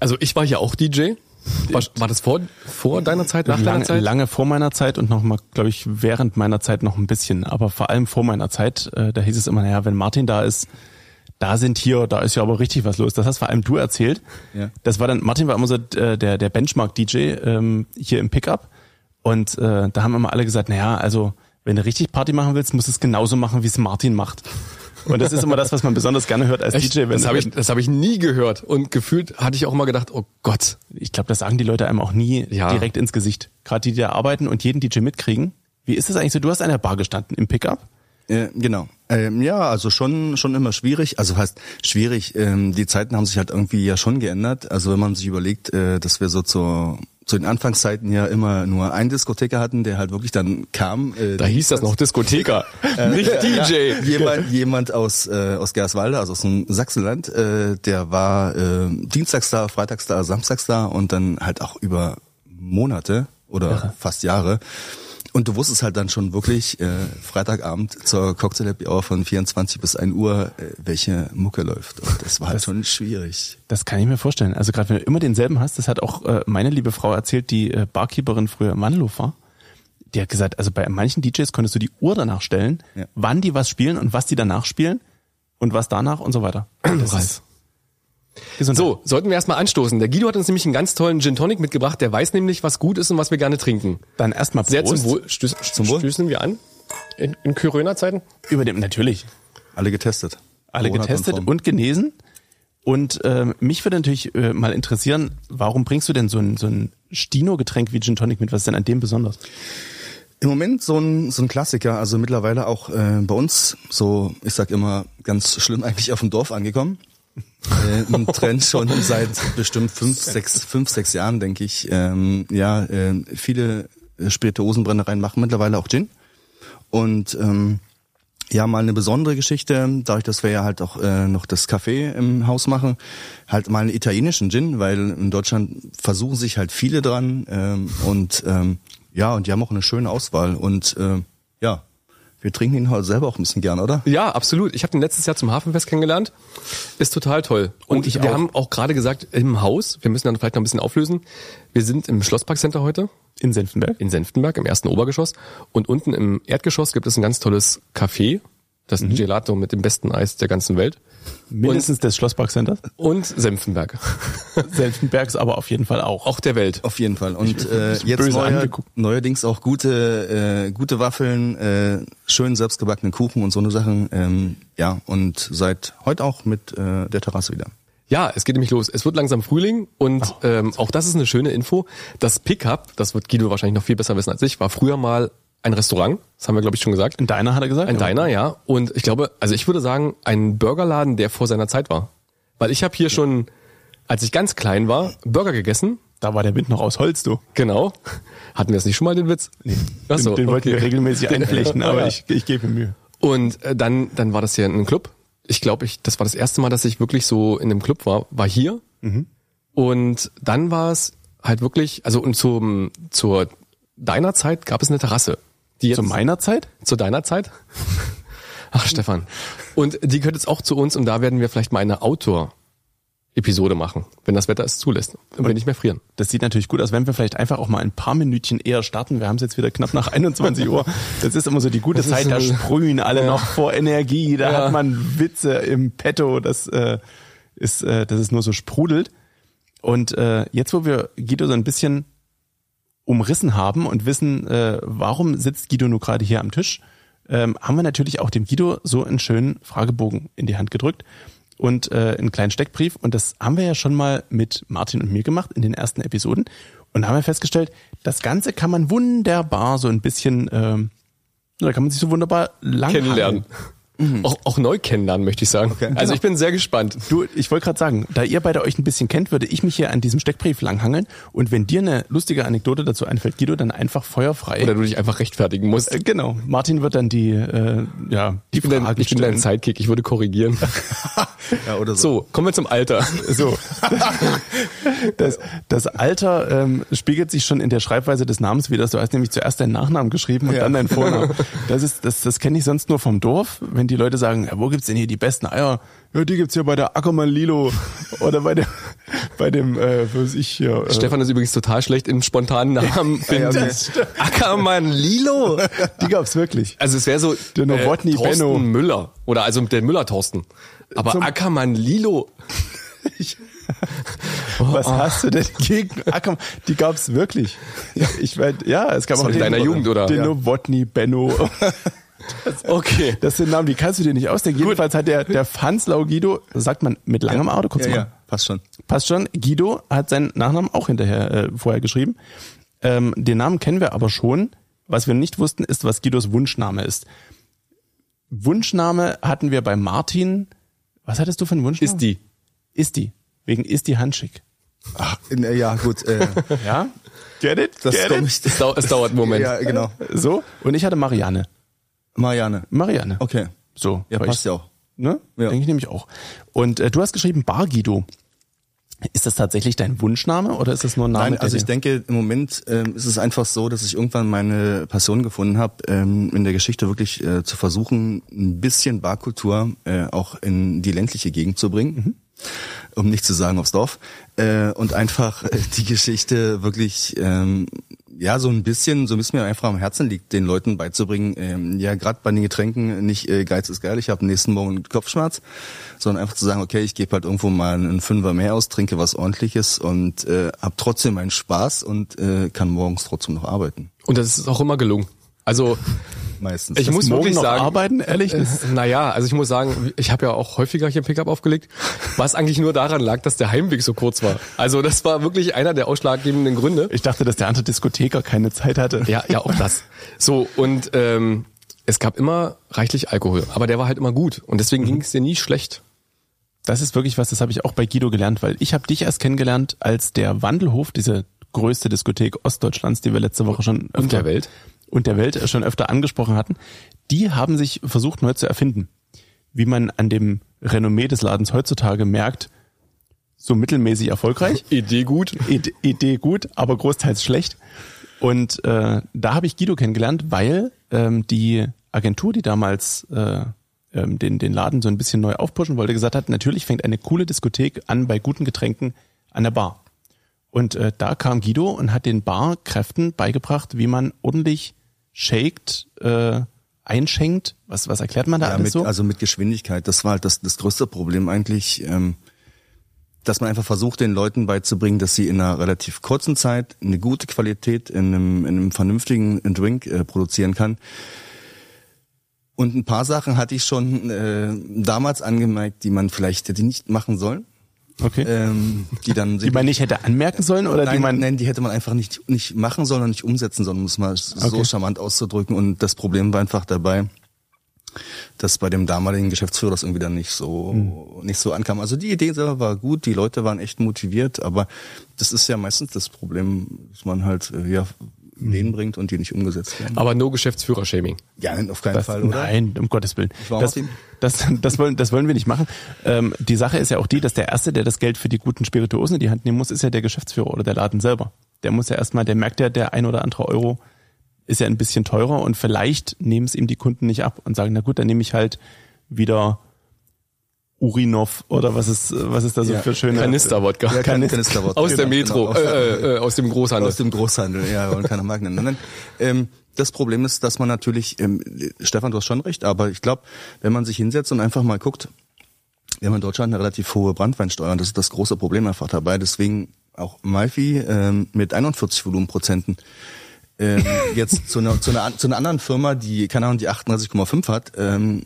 Also ich war ja auch DJ. War, war das vor, vor deiner Zeit, nach deiner
Lange,
Zeit?
lange vor meiner Zeit und nochmal, glaube ich, während meiner Zeit noch ein bisschen, aber vor allem vor meiner Zeit, äh, da hieß es immer, naja, wenn Martin da ist, da sind hier, da ist ja aber richtig was los. Das hast vor allem du erzählt.
Ja.
Das war dann, Martin war immer so äh, der, der Benchmark-DJ ähm, hier im Pickup. Und äh, da haben immer alle gesagt, naja, also wenn du richtig Party machen willst, musst du es genauso machen, wie es Martin macht. Und das ist immer das, was man besonders gerne hört als
Echt?
DJ. Wenn,
das habe ich, das hab ich nie gehört. Und gefühlt hatte ich auch immer gedacht, oh Gott.
ich glaube, das sagen die Leute einem auch nie
Ja.
direkt ins Gesicht. Gerade die, die da arbeiten und jeden DJ mitkriegen. Wie ist das eigentlich so? Du hast an der Bar gestanden im Pickup.
Äh, genau. Ähm, ja, also schon, schon immer schwierig. Also heißt schwierig. Ähm, die Zeiten haben sich halt irgendwie ja schon geändert. Also wenn man sich überlegt, äh, dass wir so zur, zu den Anfangszeiten ja immer nur einen Diskotheker hatten, der halt wirklich dann kam. Äh,
Da hieß das noch Diskotheker,
Äh,
nicht DJ.
Genau.
Ja, jemand, jemand aus, äh, aus Gerswalde, also aus dem Sachsenland, äh, der war äh, dienstags da, freitags da, samstags da und dann halt auch über Monate oder fast Jahre. Und du wusstest halt dann schon wirklich äh, Freitagabend zur Cocktail Happy Hour von 24 bis 1 Uhr, äh, welche Mucke läuft. Und das war halt schon schwierig.
Das kann ich mir vorstellen. Also gerade wenn du immer denselben hast, das hat auch äh, meine liebe Frau erzählt, die äh, Barkeeperin früher im Wandlow war. Die hat gesagt, also bei manchen DJs konntest du die Uhr danach stellen,
Ja.
wann die was spielen und was die danach spielen und was danach und so weiter. Das
Preis.
ist Gesundheit.
So, sollten wir erstmal anstoßen. Der Guido hat uns nämlich einen ganz tollen Gin Tonic mitgebracht. Der weiß nämlich, was gut ist und was wir gerne trinken.
dann erstmal
Sehr
Prost.
zum Wohl. Stöß,
Zum Wohl.
Stößen wir an. In, in Corona-Zeiten.
Über dem natürlich.
Alle getestet.
alle getestet
Corona-konform.
und genesen. Und ähm, mich würde natürlich äh, mal interessieren, warum bringst du denn so ein, so ein Stino-Getränk wie Gin Tonic mit? Was ist denn an dem besonders?
Im Moment so ein, so ein Klassiker, also mittlerweile auch äh, bei uns, so ich sag immer, ganz schlimm eigentlich auf dem Dorf angekommen. Äh, ein Trend schon seit bestimmt fünf, sechs, fünf, sechs Jahren, denke ich. Ähm, ja, äh, viele äh, Spirituosenbrennereien machen mittlerweile auch Gin. Und ähm, ja, mal eine besondere Geschichte, dadurch, dass wir ja halt auch äh, noch das Café im Haus machen, halt mal einen italienischen Gin, weil in Deutschland versuchen sich halt viele dran ähm, und ähm, ja, und die haben auch eine schöne Auswahl und äh, ja, wir trinken ihn halt selber auch ein bisschen gern, oder?
Ja, absolut. Ich habe den letztes Jahr zum Hafenfest kennengelernt. Ist total toll. Und
Und ich
wir
auch.
haben auch gerade gesagt, im Haus, wir müssen dann vielleicht noch ein bisschen auflösen. Wir sind im Schlossparkcenter heute
In Senftenberg?
in Senftenberg im ersten Obergeschoss und unten im Erdgeschoss gibt es ein ganz tolles Café, das
Mhm.
Gelato mit dem besten Eis der ganzen Welt
Mindestens des Schlossparkcenters.
und Senftenberg,
Senftenbergs aber auf jeden Fall auch.
auch der Welt.
Auf jeden Fall. Und äh,
ich bin
jetzt
böse
neuer,
angeguckt.
neuerdings auch gute, äh, gute Waffeln, äh, schön selbstgebackenen Kuchen und so eine Sachen. Ähm, ja, und seit heute auch mit äh, der Terrasse wieder.
Ja, es geht nämlich los. Es wird langsam Frühling und ähm, auch das ist eine schöne Info. Das Pickup, das wird Guido wahrscheinlich noch viel besser wissen als ich, war früher mal ein Restaurant. Das haben wir glaube ich schon gesagt.
Ein Deiner hat er gesagt.
Ein Diner, ja. Und ich glaube, also ich würde sagen, ein Burgerladen, der vor seiner Zeit war. Weil ich habe hier schon, als ich ganz klein war, Burger gegessen.
Da war der Wind noch aus Holz, du.
Genau. Hatten wir das nicht schon mal, den Witz? Nee.
Den, den wollten wir regelmäßig einflechten, aber ich, ich gebe mir Mühe.
Und äh, dann, dann war das hier ein Club. ich glaube, ich, das war das erste Mal, dass ich wirklich so in einem Club war, war hier. Und dann war es halt wirklich, also und zum, zur deiner Zeit gab es eine Terrasse. Die jetzt,
Zu meiner Zeit?
zu deiner Zeit? Ach, Stefan. Und die gehört jetzt auch zu uns und da werden wir vielleicht mal eine Outdoor-Episode machen, wenn das Wetter es zulässt und wir nicht mehr frieren.
Das sieht natürlich gut aus, wenn wir vielleicht einfach auch mal ein paar Minütchen eher starten. Wir haben es jetzt wieder knapp nach 21 Uhr. Das ist immer so die gute
Das ist
Zeit, da
so-
sprühen alle noch vor Energie. Da
Ja.
hat man Witze im Petto, das äh, ist, äh, dass es nur so sprudelt. Und äh, jetzt, wo wir Guido so ein bisschen umrissen haben und wissen, äh, warum sitzt Guido nur gerade hier am Tisch, ähm, haben wir natürlich auch dem Guido so einen schönen Fragebogen in die Hand gedrückt und äh, einen kleinen Steckbrief. Und das haben wir ja schon mal mit Martin und mir gemacht in den ersten Episoden. Und haben wir festgestellt, das Ganze kann man wunderbar so ein bisschen, ähm, da kann man sich so wunderbar lang
Kennenlernen. Mhm. Auch, auch neu kennenlernen, möchte ich sagen. Also ich bin sehr gespannt.
Du, ich wollte gerade sagen, da ihr beide euch ein bisschen kennt, würde ich mich hier an diesem Steckbrief langhangeln. Und wenn dir eine lustige Anekdote dazu einfällt, Guido, dann einfach feuerfrei.
Oder du dich einfach rechtfertigen musst.
Äh, Genau. Martin wird dann die, äh, ja, die
Ich bin, dein,
Fragen
ich bin dein
stellen.
Sidekick, ich würde korrigieren.
Ja, oder so.
So, kommen wir zum Alter.
So. Das, das Alter ähm, spiegelt sich schon in der Schreibweise des Namens wieder. Du hast nämlich zuerst deinen Nachnamen geschrieben und
Ja.
dann deinen Vornamen. Das ist, das, das kenne ich sonst nur vom Dorf, wenn die Leute sagen, ja, wo gibt's denn hier die besten Eier? Ja, die gibt's hier bei der Ackermann Lilo oder bei dem, bei dem, äh, was weiß ich hier. Äh,
Stefan ist übrigens total schlecht in spontanen Namen.
ja,
finden. Ackermann Lilo.
Die gab's wirklich.
Also es wäre so
Der Nowotny
Thorsten
Benno.
Müller oder also der Müller Thorsten. Aber
Zum-
Ackermann Lilo, Oh,
Was hast du denn gegen Ackermann? Die gab's wirklich. Ich weiß, ja, es gab
war
auch
in
den-
deiner Jugend, oder?
Den
Ja.
Nowotny, Benno.
okay.
Das sind Namen, die kannst du dir nicht ausdenken. Jedenfalls hat der, der Fanslau Guido, sagt man mit langem A oder kurzem
Ja,
A?
ja, passt schon.
Passt schon. Guido hat seinen Nachnamen auch hinterher äh, vorher geschrieben. Ähm, den Namen kennen wir aber schon. Was wir nicht wussten, ist, was Guidos Wunschname ist. Wunschname hatten wir bei Martin. Was hattest du für einen Wunschnamen?
Ist die.
Isti. Wegen Isti Handschick.
In, äh, ja, gut. Äh,
Ja? Get it?
das
Get
komme
it?
ich.
Es, dau es dauert einen Moment.
Ja, genau.
So. Und ich hatte Marianne.
Marianne.
Marianne.
Okay.
So.
Ja,
Weil
passt
ich-
ja auch.
Ne?
Ja.
Denke ich nämlich auch. Und äh, du hast geschrieben Bar Guido. Ist das tatsächlich dein Wunschname oder ist das nur ein Name?
Nein, also
Ah, der
ich
dir-
denke, im Moment ähm, ist es einfach so, dass ich irgendwann meine Passion gefunden habe, ähm, in der Geschichte wirklich äh, zu versuchen, ein bisschen Barkultur äh, auch in die ländliche Gegend zu bringen. Um nicht zu sagen aufs Dorf. Äh, und einfach äh, die Geschichte wirklich, ähm, ja, so ein bisschen, so ein bisschen mir einfach am Herzen liegt, den Leuten beizubringen, ähm, ja, gerade bei den Getränken nicht äh, Geiz ist geil, ich habe nächsten Morgen Kopfschmerz, sondern einfach zu sagen, okay, ich gebe halt irgendwo mal einen Fünfer mehr aus, trinke was ordentliches und äh, hab trotzdem meinen Spaß und äh, kann morgens trotzdem noch arbeiten.
Und das ist auch immer gelungen. Also
Meistens.
ich
Das-
muss
morgen
wirklich
noch
sagen,
arbeiten, ehrlich?
Äh, naja, also ich muss sagen, ich habe ja auch häufiger hier im Pickup aufgelegt, was eigentlich nur daran lag, dass der Heimweg so kurz war. Also das war wirklich einer der ausschlaggebenden Gründe.
Ich dachte, dass der andere Diskotheker keine Zeit hatte.
Ja, ja, auch das. So, und ähm, es gab immer reichlich Alkohol, aber der war halt immer gut. Und deswegen ging es dir nie schlecht.
Das ist wirklich was, das habe ich auch bei Guido gelernt, weil ich habe dich erst kennengelernt als der Wandelhof, diese größte Diskothek Ostdeutschlands, die wir letzte Woche schon öfter,
der Welt.
und der Welt schon öfter angesprochen hatten. Die haben sich versucht neu zu erfinden. Wie man an dem Renommee des Ladens heutzutage merkt, so mittelmäßig erfolgreich.
Idee gut.
Idee, Idee gut, aber großteils schlecht. Und äh, da habe ich Guido kennengelernt, weil ähm, die Agentur, die damals äh, ähm, den, den Laden so ein bisschen neu aufpushen wollte, gesagt hat, natürlich fängt eine coole Diskothek an bei guten Getränken an der Bar. Und äh, da kam Guido und hat den Barkräften beigebracht, wie man ordentlich shaked, äh, einschenkt. Was, was erklärt man da
Ja,
alles
mit,
so?
Also mit Geschwindigkeit. Das war halt das, das größte Problem eigentlich, ähm, dass man einfach versucht, den Leuten beizubringen, dass sie in einer relativ kurzen Zeit eine gute Qualität in einem, in einem vernünftigen Drink äh, produzieren kann. Und ein paar Sachen hatte ich schon äh, damals angemerkt, die man vielleicht hätte nicht machen sollen,
okay.
ähm, die dann
die man nicht hätte anmerken sollen oder
nein,
die man
nein, die hätte man einfach nicht, nicht machen sollen und nicht umsetzen sollen, um es mal so
Okay.
charmant auszudrücken. Und das Problem war einfach dabei, dass bei dem damaligen Geschäftsführer das irgendwie dann nicht so,
Hm.
nicht so ankam. Also die Idee selber war gut, die Leute waren echt motiviert, aber das ist ja meistens das Problem, dass man halt, äh, ja,
Hm.
Ideen bringt und die nicht umgesetzt werden.
Aber no Geschäftsführer-Shaming.
Ja, auf keinen
Das,
Fall, oder?
Nein, um Gottes Willen.
war
Das,
Martin.
das, das, wollen, das wollen wir nicht machen. Ähm, die Sache ist ja auch die, dass der Erste, der das Geld für die guten Spirituosen in die Hand nehmen muss, ist ja der Geschäftsführer oder der Laden selber. Der muss ja erstmal, der merkt ja, der ein oder andere Euro ist ja ein bisschen teurer und vielleicht nehmen es ihm die Kunden nicht ab und sagen, na gut, dann nehme ich halt wieder Urinov oder was ist, was ist da so
Ja.
für schöne
Kanisterwodka.
Genau. Ja, kein
Kanis-
Kanisterwort.
Aus der
Genau,
Metro,
genau, aus der-
äh, äh, aus dem Großhandel.
Aus dem Großhandel, ja, und keiner mag ihn. Nein, ähm, das Problem ist, dass man natürlich, ähm, Stefan, du hast schon recht, aber ich glaube, wenn man sich hinsetzt und einfach mal guckt, wir haben in Deutschland eine relativ hohe Brandweinsteuer und das ist das große Problem einfach dabei. Deswegen auch Malfi ähm, mit 41 Volumenprozenten ähm, jetzt zu einer, zu, einer, an- zu einer anderen Firma, die, keine Ahnung, die 38,5 hat, ähm,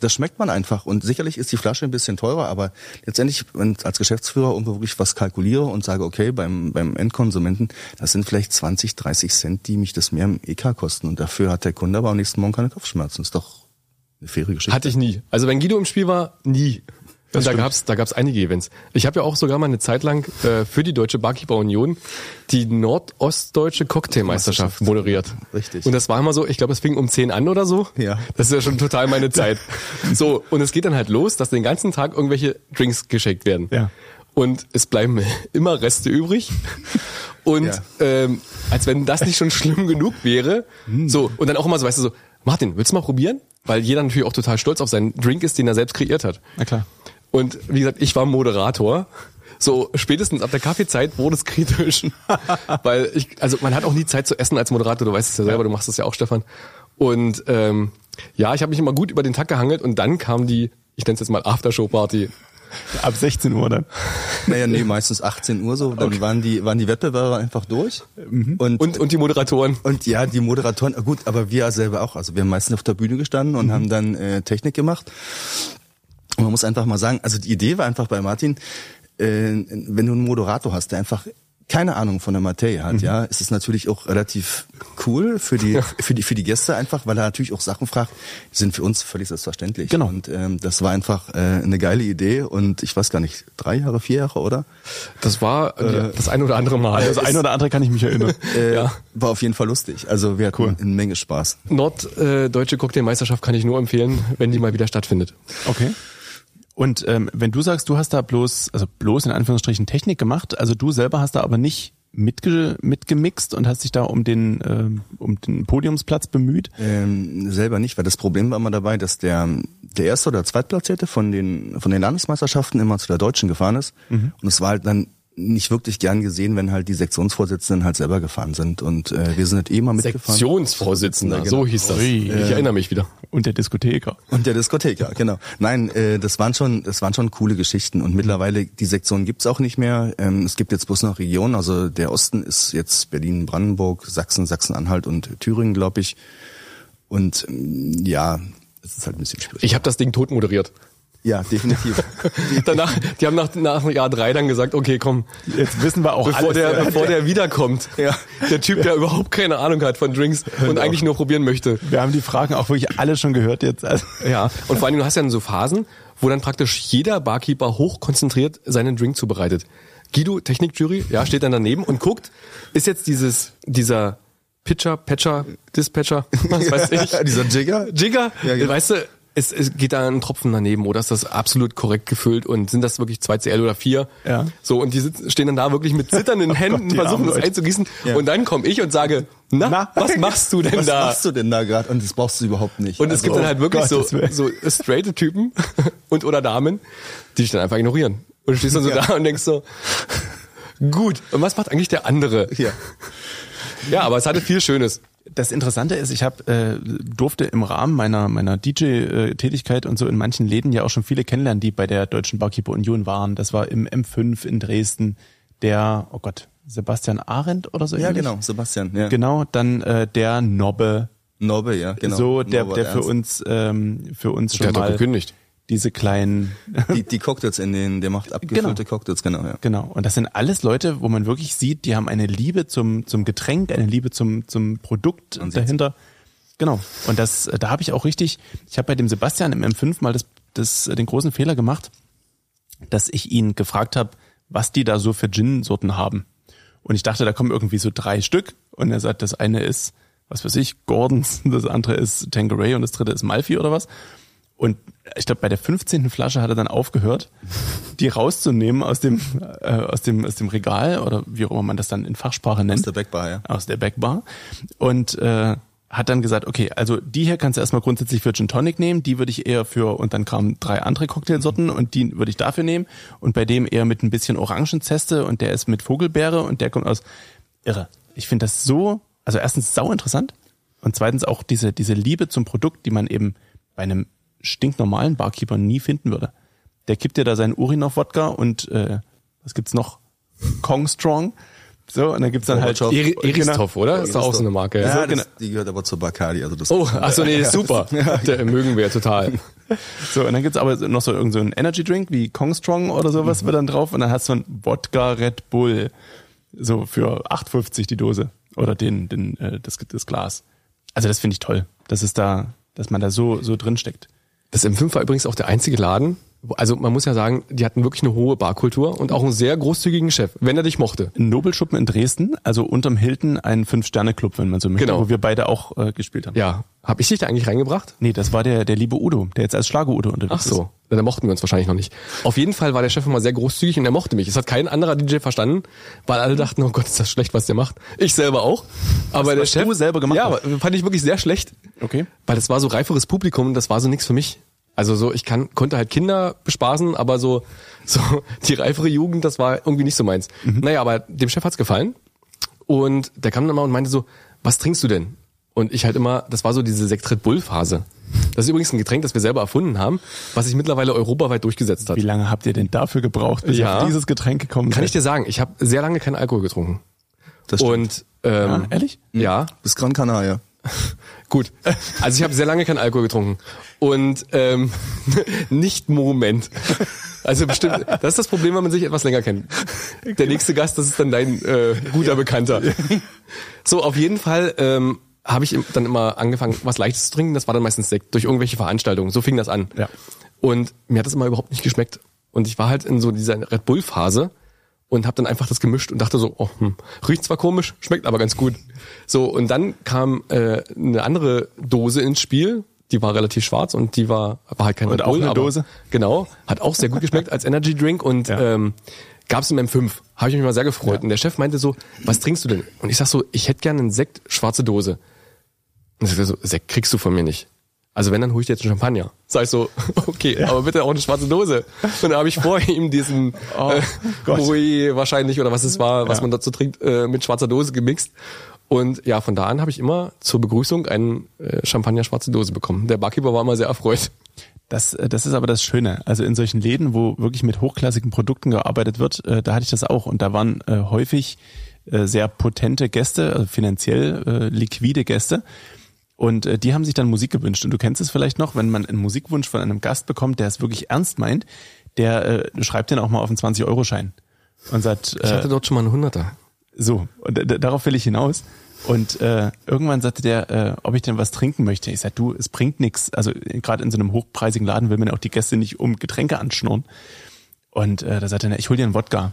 das schmeckt man einfach. Und sicherlich ist die Flasche ein bisschen teurer, aber letztendlich, wenn ich als Geschäftsführer irgendwo wirklich was kalkuliere und sage, okay, beim, beim Endkonsumenten, das sind vielleicht 20, 30 Cent, die mich das mehr im EK kosten. Und dafür hat der Kunde aber am nächsten Morgen keine Kopfschmerzen. Ist doch eine faire Geschichte.
Hatte ich nie. Also wenn Guido im Spiel war, nie. Und da gab's da gab's einige Events. Ich habe ja auch sogar mal eine Zeit lang äh, für die Deutsche Barkeeper Union die nordostdeutsche Cocktailmeisterschaft moderiert.
Richtig.
Und das war immer so, ich glaube, es fing um 10 an oder so.
Ja.
Das ist ja schon total meine Zeit. so, und es geht dann halt los, dass den ganzen Tag irgendwelche Drinks geschenkt werden.
Ja.
Und es bleiben immer Reste übrig. Und
Ja.
ähm, als wenn das nicht schon schlimm genug wäre. So, und dann auch immer so, weißt du, so, Martin, willst du mal probieren? Weil jeder natürlich auch total stolz auf seinen Drink ist, den er selbst kreiert hat.
Na klar.
Und wie gesagt, ich war Moderator. So, spätestens ab der Kaffeezeit wurde es kritisch. Weil ich, also man hat auch nie Zeit zu essen als Moderator, du weißt es ja selber, du machst es ja auch, Stefan. Und ähm, ja, ich habe mich immer gut über den Tag gehangelt und dann kam die, ich nenne es jetzt mal Aftershow-Party.
Ab 16 Uhr dann.
Naja, nee, meistens 18 Uhr so. Dann waren, die, waren die Wettbewerber einfach durch. Und,
Und, und die Moderatoren.
und ja, die Moderatoren, gut, aber wir selber auch. Also wir haben meistens auf der Bühne gestanden und haben dann äh, Technik gemacht. Und man muss einfach mal sagen, also die Idee war einfach bei Martin, äh, wenn du einen Moderator hast, der einfach keine Ahnung von der Materie hat, ja, ist es natürlich auch relativ cool für die, für die, für die Gäste einfach, weil er natürlich auch Sachen fragt, die sind für uns völlig selbstverständlich.
Genau.
Und ähm, das war einfach äh, eine geile Idee und ich weiß gar nicht, drei Jahre, vier Jahre, oder?
Das war äh, das ein oder andere Mal.
Also ein oder andere kann ich mich erinnern.
Äh,
Ja.
War auf jeden Fall lustig. Also wir hatten eine Menge Spaß.
Norddeutsche äh, Cocktailmeisterschaft kann ich nur empfehlen, wenn die mal wieder stattfindet.
Okay. Und ähm, wenn du sagst, du hast da bloß, also bloß in Anführungsstrichen Technik gemacht, also du selber hast da aber nicht mitge mitgemixt und hast dich da um den, ähm, um den Podiumsplatz bemüht.
Ähm, selber nicht, weil das Problem war immer dabei, dass der, der erste oder zweitplatzierte von den, von den Landesmeisterschaften immer zu der Deutschen gefahren ist. Und es war halt dann nicht wirklich gern gesehen, wenn halt die Sektionsvorsitzenden halt selber gefahren sind. Und äh, wir sind halt eh immer mitgefahren.
Sektionsvorsitzender, so hieß das.
genau. Ui.
ich erinnere mich wieder.
Und der Diskotheker.
Und der Diskothek, ja, genau. Nein, äh, das waren schon, das waren schon coole Geschichten. Und mittlerweile, die Sektion gibt's auch nicht mehr. Ähm, es gibt jetzt bloß noch Regionen. Also der Osten ist jetzt Berlin, Brandenburg, Sachsen, Sachsen-Anhalt und Thüringen, glaube ich. Und ähm, ja, es ist halt ein bisschen schwierig.
Ich habe das Ding tot moderiert.
Ja, definitiv.
Danach, die haben nach, nach Jahr drei dann gesagt, okay, komm,
Jetzt wissen wir auch
bevor
alles.
der, bevor der wiederkommt,
Ja.
der Typ, der überhaupt keine Ahnung hat von Drinks und eigentlich nur probieren möchte.
wir haben die Fragen auch wirklich alle schon gehört jetzt. Also,
Ja. Und vor allem, du hast ja dann so Phasen, wo dann praktisch jeder Barkeeper hochkonzentriert seinen Drink zubereitet. Guido, Technikjury, ja, steht dann daneben und guckt, ist jetzt dieses, dieser Pitcher, Patcher, Dispatcher, was weiß ich.
Dieser Jigger?
Jigger,
Ja, genau.
weißt du, es, es geht da ein Tropfen daneben oder ist das absolut korrekt gefüllt und sind das wirklich 2CL oder 4?
Ja.
So, und die sitzen, stehen dann da wirklich mit zitternden
Oh Gott,
Händen,
die
versuchen
armen
das
Leute.
einzugießen
Ja.
und dann komme ich und sage, na,
Na?
was machst du denn
Was
da?
machst du denn da gerade? Und das brauchst du überhaupt nicht. Also,
Und es gibt dann halt wirklich so,
Gottes Willen.
so straighte Typen und oder Damen, die dich dann einfach ignorieren. Und du stehst dann so
Ja.
da und denkst so, gut, und was macht eigentlich der andere?
hier.
Ja, aber es hatte viel Schönes.
das Interessante ist, ich hab, äh, durfte im Rahmen meiner, meiner DJ-Tätigkeit und so in manchen Läden ja auch schon viele kennenlernen, die bei der Deutschen Barkeeper Union waren. Das war im M5 in Dresden der, oh Gott, Sebastian Arendt oder so
Ja,
ähnlich?
genau, Sebastian. Ja.
Genau, dann äh, der Nobbe,
Nobbe, ja, genau.
so der,
Norbert
der für
Ernst.
uns ähm, für uns schon
hat doch
mal
gekündigt.
diese kleinen
Die, die Cocktails in den, der macht abgefüllte Cocktails, genau, ja.
genau und das sind alles Leute, wo man wirklich sieht, die haben eine Liebe zum zum Getränk, eine Liebe zum zum Produkt
Man sieht's.
dahinter. Genau und das äh, da habe ich auch richtig, ich habe bei dem Sebastian im M5 mal das das äh, den großen Fehler gemacht, dass ich ihn gefragt habe, was die da so für Gin-Sorten haben. Und ich dachte, da kommen irgendwie so drei Stück und er sagt, das eine ist, was weiß ich, Gordons, das andere ist Tangeray und das dritte ist Malfi oder was. Und ich glaube, bei der 15. Flasche hat er dann aufgehört, die rauszunehmen aus dem, äh, aus dem, aus dem Regal oder wie auch immer man das dann in Fachsprache nennt.
Aus der Backbar, ja.
Aus der Backbar. Und äh, hat dann gesagt, okay, also die hier kannst du erstmal grundsätzlich für Gin Tonic nehmen, die würde ich eher für, und dann kamen drei andere
Mhm.
Cocktailsorten und die würde ich dafür nehmen und bei dem eher mit ein bisschen Orangenzeste und der ist mit Vogelbeere und der kommt aus, irre. Ich finde das so, also erstens sau interessant und zweitens auch diese, diese Liebe zum Produkt, die man eben bei einem stinknormalen Barkeeper nie finden würde. Der kippt dir da seinen Urin auf Wodka und äh, was gibt's noch? Kong Strong. So, und dann gibt's dann halt
Gorbatschow.
Oh, Eri Eristoff, oder? Ist doch auch so eine Marke.
Genau. Ja,
Ja.
genau.
das, die gehört aber zur Bacardi. Also das
Oh, achso, nee, ist super.
genau.
Der mögen wir total.
So, und dann gibt's aber noch so irgendeinen so einen Energy Drink wie Kong Strong oder
Mhm.
sowas wird dann drauf und dann hast du ein Wodka Red Bull. So für 8,50 die Dose. Oder den, den, äh, das, das Glas. Also das finde ich toll. Das ist da, dass man da so, so drin steckt.
Das M5 war übrigens auch der einzige Laden, wo- also man muss ja sagen, die hatten wirklich eine hohe Barkultur und auch einen sehr großzügigen Chef, wenn er dich mochte.
Ein Nobelschuppen in Dresden, also unterm Hilton ein Fünf-Sterne-Club, wenn man so möchte,
Genau.
wo wir beide auch äh, gespielt haben.
Ja. Hab ich dich da eigentlich reingebracht?
Nee, das war der, der liebe Udo, der jetzt als Schlager-Udo
Ach
unterwegs ist.
so, Na, da mochten wir uns wahrscheinlich noch nicht. Auf jeden Fall war der Chef immer sehr großzügig und er mochte mich. Es hat kein anderer DJ verstanden, weil alle dachten, oh Gott, ist das schlecht, was der macht. Ich selber auch. Aber der
was
Chef
du selber gemacht
Ja,
hast.
aber fand ich wirklich sehr schlecht.
Okay.
Weil das war so reiferes Publikum und das war so nichts für mich. Also so, ich kann, konnte halt Kinder bespaßen, aber so, so die reifere Jugend, das war irgendwie nicht so meins.
Mhm.
Naja, aber dem Chef hat's gefallen. Und der kam dann mal und meinte so, was trinkst du denn? Und ich halt immer, das war so diese Sektret Bull Phase. Das ist übrigens ein Getränk, das wir selber erfunden haben, was sich mittlerweile europaweit durchgesetzt hat.
Wie lange habt ihr denn dafür gebraucht, bis
Ja.
ihr auf dieses Getränk gekommen
Kann ich
seid?
dir sagen, ich habe sehr lange keinen Alkohol getrunken.
das stimmt.
Und ähm,
Ah, ehrlich?
ja,
Bis Gran Canaria.
Gut. Also ich habe sehr lange keinen Alkohol getrunken. Und ähm, nicht Moment. Also bestimmt, das ist das Problem, wenn man sich etwas länger kennt. Der nächste Gast, das ist dann dein äh, guter Bekannter. So, auf jeden Fall ähm, habe ich im- dann immer angefangen, was Leichtes zu trinken. Das war dann meistens Sekt, durch irgendwelche Veranstaltungen. So fing das an.
Ja.
Und mir hat das immer überhaupt nicht geschmeckt. Und ich war halt in so dieser Red Bull-Phase und habe dann einfach das gemischt und dachte so, oh, hm, riecht zwar komisch, schmeckt aber ganz gut. So, und dann kam äh, eine andere Dose ins Spiel, die war relativ schwarz und die war, war halt kein
Und
Red
auch
Bull.
eine
aber,
Dose?
Genau, hat auch sehr gut geschmeckt als Energy Drink und
Ja.
ähm, gab es im M5. Habe ich mich mal sehr gefreut. Und der Chef meinte so, was trinkst du denn? Und ich sag so, ich hätte gerne einen Sekt, schwarze Dose. Und ich sag so, Sekt kriegst du von mir nicht. Also wenn, dann hol ich dir jetzt einen Champagner. Sag ich so, okay, aber bitte auch eine schwarze Dose. Und da habe ich vor ihm diesen
Oh,
äh,
Gott.
Moe wahrscheinlich oder was es war, was
Ja.
man dazu trinkt, äh, mit schwarzer Dose gemixt. Und ja, von da an habe ich immer zur Begrüßung einen äh, Champagner schwarze Dose bekommen. Der Barkeeper war immer sehr erfreut.
Das, äh, das ist aber das Schöne. Also in solchen Läden, wo wirklich mit hochklassigen Produkten gearbeitet wird, äh, da hatte ich das auch. Und da waren äh, häufig äh, sehr potente Gäste, also finanziell äh, liquide Gäste. Und äh, die haben sich dann Musik gewünscht. Und du kennst es vielleicht noch, wenn man einen Musikwunsch von einem Gast bekommt, der es wirklich ernst meint, der äh, schreibt den auch mal auf einen 20-Euro-Schein. Und sagt,
Ich hatte
äh,
dort schon mal einen Hunderter.
so, und d- d- darauf will ich hinaus. Und äh, irgendwann sagte der, äh, ob ich denn was trinken möchte. Ich sagte, du, es bringt nichts. Also äh, gerade in so einem hochpreisigen Laden will man ja auch die Gäste nicht um Getränke anschnurren. Und äh, da sagte er, na, ich hol dir einen Wodka.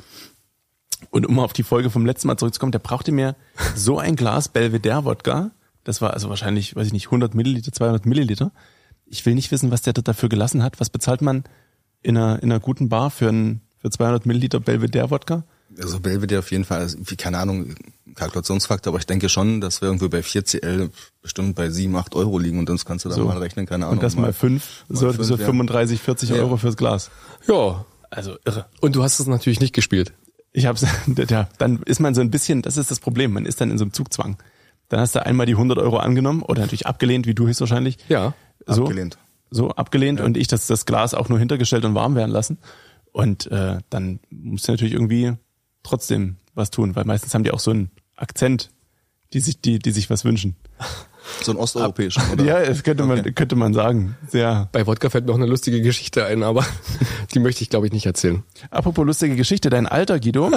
Und um auf die Folge vom letzten Mal zurückzukommen, der brauchte mir so ein Glas Belvedere-Wodka. Das war also wahrscheinlich, weiß ich nicht, 100 Milliliter, 200 Milliliter. Ich will nicht wissen, was der da dafür gelassen hat. Was bezahlt man in einer, in einer guten Bar für, einen, für 200 Milliliter Belvedere-Wodka?
Also Belvedere auf jeden Fall, also, wie- keine Ahnung, Kalkulationsfaktor, aber ich denke schon, dass wir irgendwie bei 4CL bestimmt bei 7, 8 Euro liegen und sonst kannst du da mal rechnen, keine Ahnung.
Und das mal fünf,
mal
so,
fünf,
so
ja.
35, 40
Ja.
Euro fürs Glas.
Ja.
Also irre.
Und du hast es natürlich nicht gespielt.
Ich hab's, ja, dann ist man so ein bisschen, das ist das Problem, man ist dann in so einem Zugzwang. Dann hast du einmal die 100 Euro angenommen oder natürlich abgelehnt, wie du höchstwahrscheinlich.
Ja.
So,
Abgelehnt.
So, abgelehnt und ich das, das Glas auch nur hintergestellt und warm werden lassen. Und äh, dann musst du natürlich irgendwie trotzdem was tun, weil meistens haben die auch so einen Akzent, die sich, die, die sich was wünschen.
So ein osteuropäischer, oder?
Ja, das könnte man, könnte man sagen. Sehr.
Bei Wodka fällt mir auch eine lustige Geschichte ein, aber die möchte ich, glaube ich, nicht erzählen.
Apropos lustige Geschichte, dein Alter, Guido.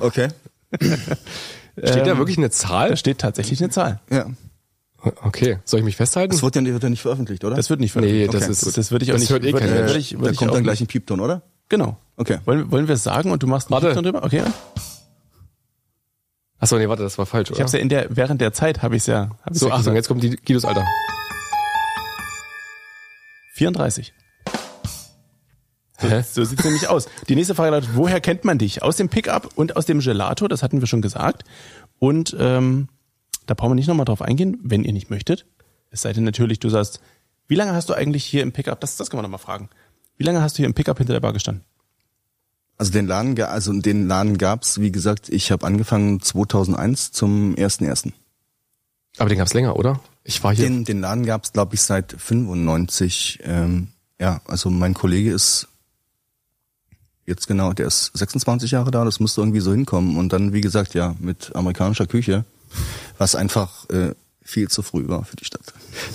Okay.
Steht da
Ähm,
wirklich eine Zahl?
Da steht tatsächlich eine Zahl.
Ja.
Okay, soll ich mich festhalten?
Das wird ja, wird ja nicht veröffentlicht, oder?
Das wird nicht
Nee,
veröffentlicht.
das
Okay,
ist
gut, das würde ich auch nicht-
Hört eh
würde-
keiner.
würde
äh,
ich-
da
ich
kommt
auch
dann gleich
nicht.
ein Piepton, oder?
Genau.
Okay.
Wollen, wollen wir es sagen und du machst einen
Warte.
Piepton drüber? Okay. ja.
Achso, nee, warte, das war falsch,
Ich
oder?
hab's ja in der, während der Zeit habe ich ja. Hab ich's
so,
ja
Achtung,
gesagt.
jetzt kommt die Guidos Alter.
34.
Hä?
So sieht's nämlich aus. Die nächste Frage lautet, woher kennt man dich? Aus dem Pickup und aus dem Gelato, das hatten wir schon gesagt. Und ähm, da brauchen wir nicht nochmal drauf eingehen, wenn ihr nicht möchtet. Es sei denn natürlich, du sagst, wie lange hast du eigentlich hier im Pickup, das, das kann man nochmal fragen, wie lange hast du hier im Pickup hinter der Bar gestanden?
Also den Laden, ga- also den Laden gab's, wie gesagt, ich habe angefangen 2001 zum 1.1.
Aber den gab's länger, oder? Ich war hier.
Den, den Laden gab's, glaub glaube ich, seit 95. Ähm, ja, also mein Kollege ist jetzt genau, der ist 26 Jahre da, das müsste irgendwie so hinkommen. Und dann, wie gesagt, ja, mit amerikanischer Küche, was einfach äh, viel zu früh war für die Stadt.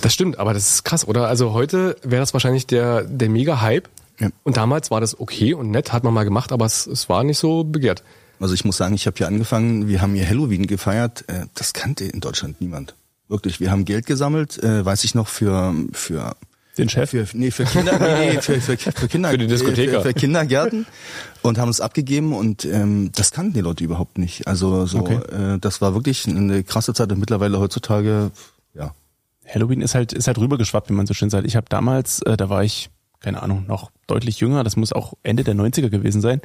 Das stimmt, aber das ist krass, oder? Also heute wäre das wahrscheinlich der, der Mega-Hype.
Ja.
Und damals war das okay und nett, hat man mal gemacht, aber es, es war nicht so begehrt.
Also ich muss sagen, ich habe hier angefangen, wir haben hier Halloween gefeiert, äh, das kannte in Deutschland niemand. Wirklich, wir haben Geld gesammelt, äh, weiß ich noch, für, für
Den Chef?
Für, nee, für Kinder, nee, für, für, für Kinder, äh,
Für die Diskotheker.
Für, für Kindergärten und haben es abgegeben und ähm, das kannten die Leute überhaupt nicht. Also so,
Okay.
äh, das war wirklich eine krasse Zeit und mittlerweile heutzutage, ja.
Halloween ist halt, ist halt rübergeschwappt, wie man so schön sagt. Ich habe damals, äh, da war ich, keine Ahnung, noch deutlich jünger, das muss auch Ende der 90er gewesen sein.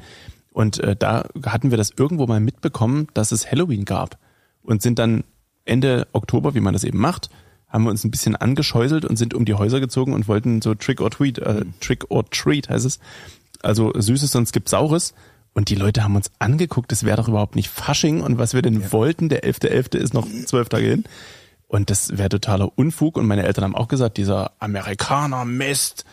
Und äh, da hatten wir das irgendwo mal mitbekommen, dass es Halloween gab. Und sind dann Ende Oktober, wie man das eben macht, haben wir uns ein bisschen angescheuselt und sind um die Häuser gezogen und wollten so Trick or Treat, äh, Trick or Treat heißt es. Also Süßes, sonst gibt's Saures. Und die Leute haben uns angeguckt, das wäre doch überhaupt nicht Fasching. Und was wir denn wollten, der 11.11. ist noch zwölf Tage hin. Und das wäre totaler Unfug. Und meine Eltern haben auch gesagt, dieser Amerikaner-Mist.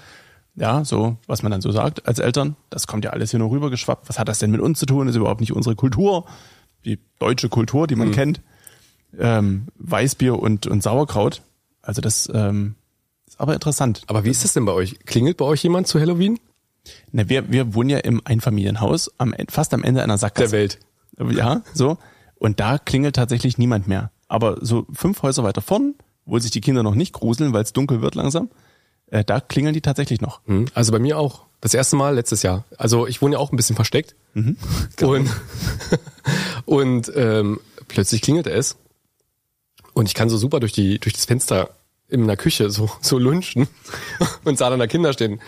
Ja, so, was man dann so sagt als Eltern, das kommt ja alles hier nur rübergeschwappt. Was hat das denn mit uns zu tun? Ist überhaupt nicht unsere Kultur. Die deutsche Kultur, die man kennt. Ähm, Weißbier und, und Sauerkraut. Also das ähm, ist aber interessant.
Aber wie ist das denn bei euch? Klingelt bei euch jemand zu Halloween?
Na, Ne, wir, wir wohnen ja im Einfamilienhaus, am, En- fast am Ende einer Sackgasse.
Also
Der Welt.
Ja, so. Und da klingelt tatsächlich niemand mehr. Aber so fünf Häuser weiter vorn, wo sich die Kinder noch nicht gruseln, weil es dunkel wird langsam, äh, da klingeln die tatsächlich noch.
Hm? Also bei mir auch. Das erste Mal letztes Jahr. Also ich wohne ja auch ein bisschen versteckt. Und, und ähm, plötzlich klingelte es. Und ich kann so super durch, die, durch das Fenster in der Küche so, so lunchen und sah dann da Kinder stehen.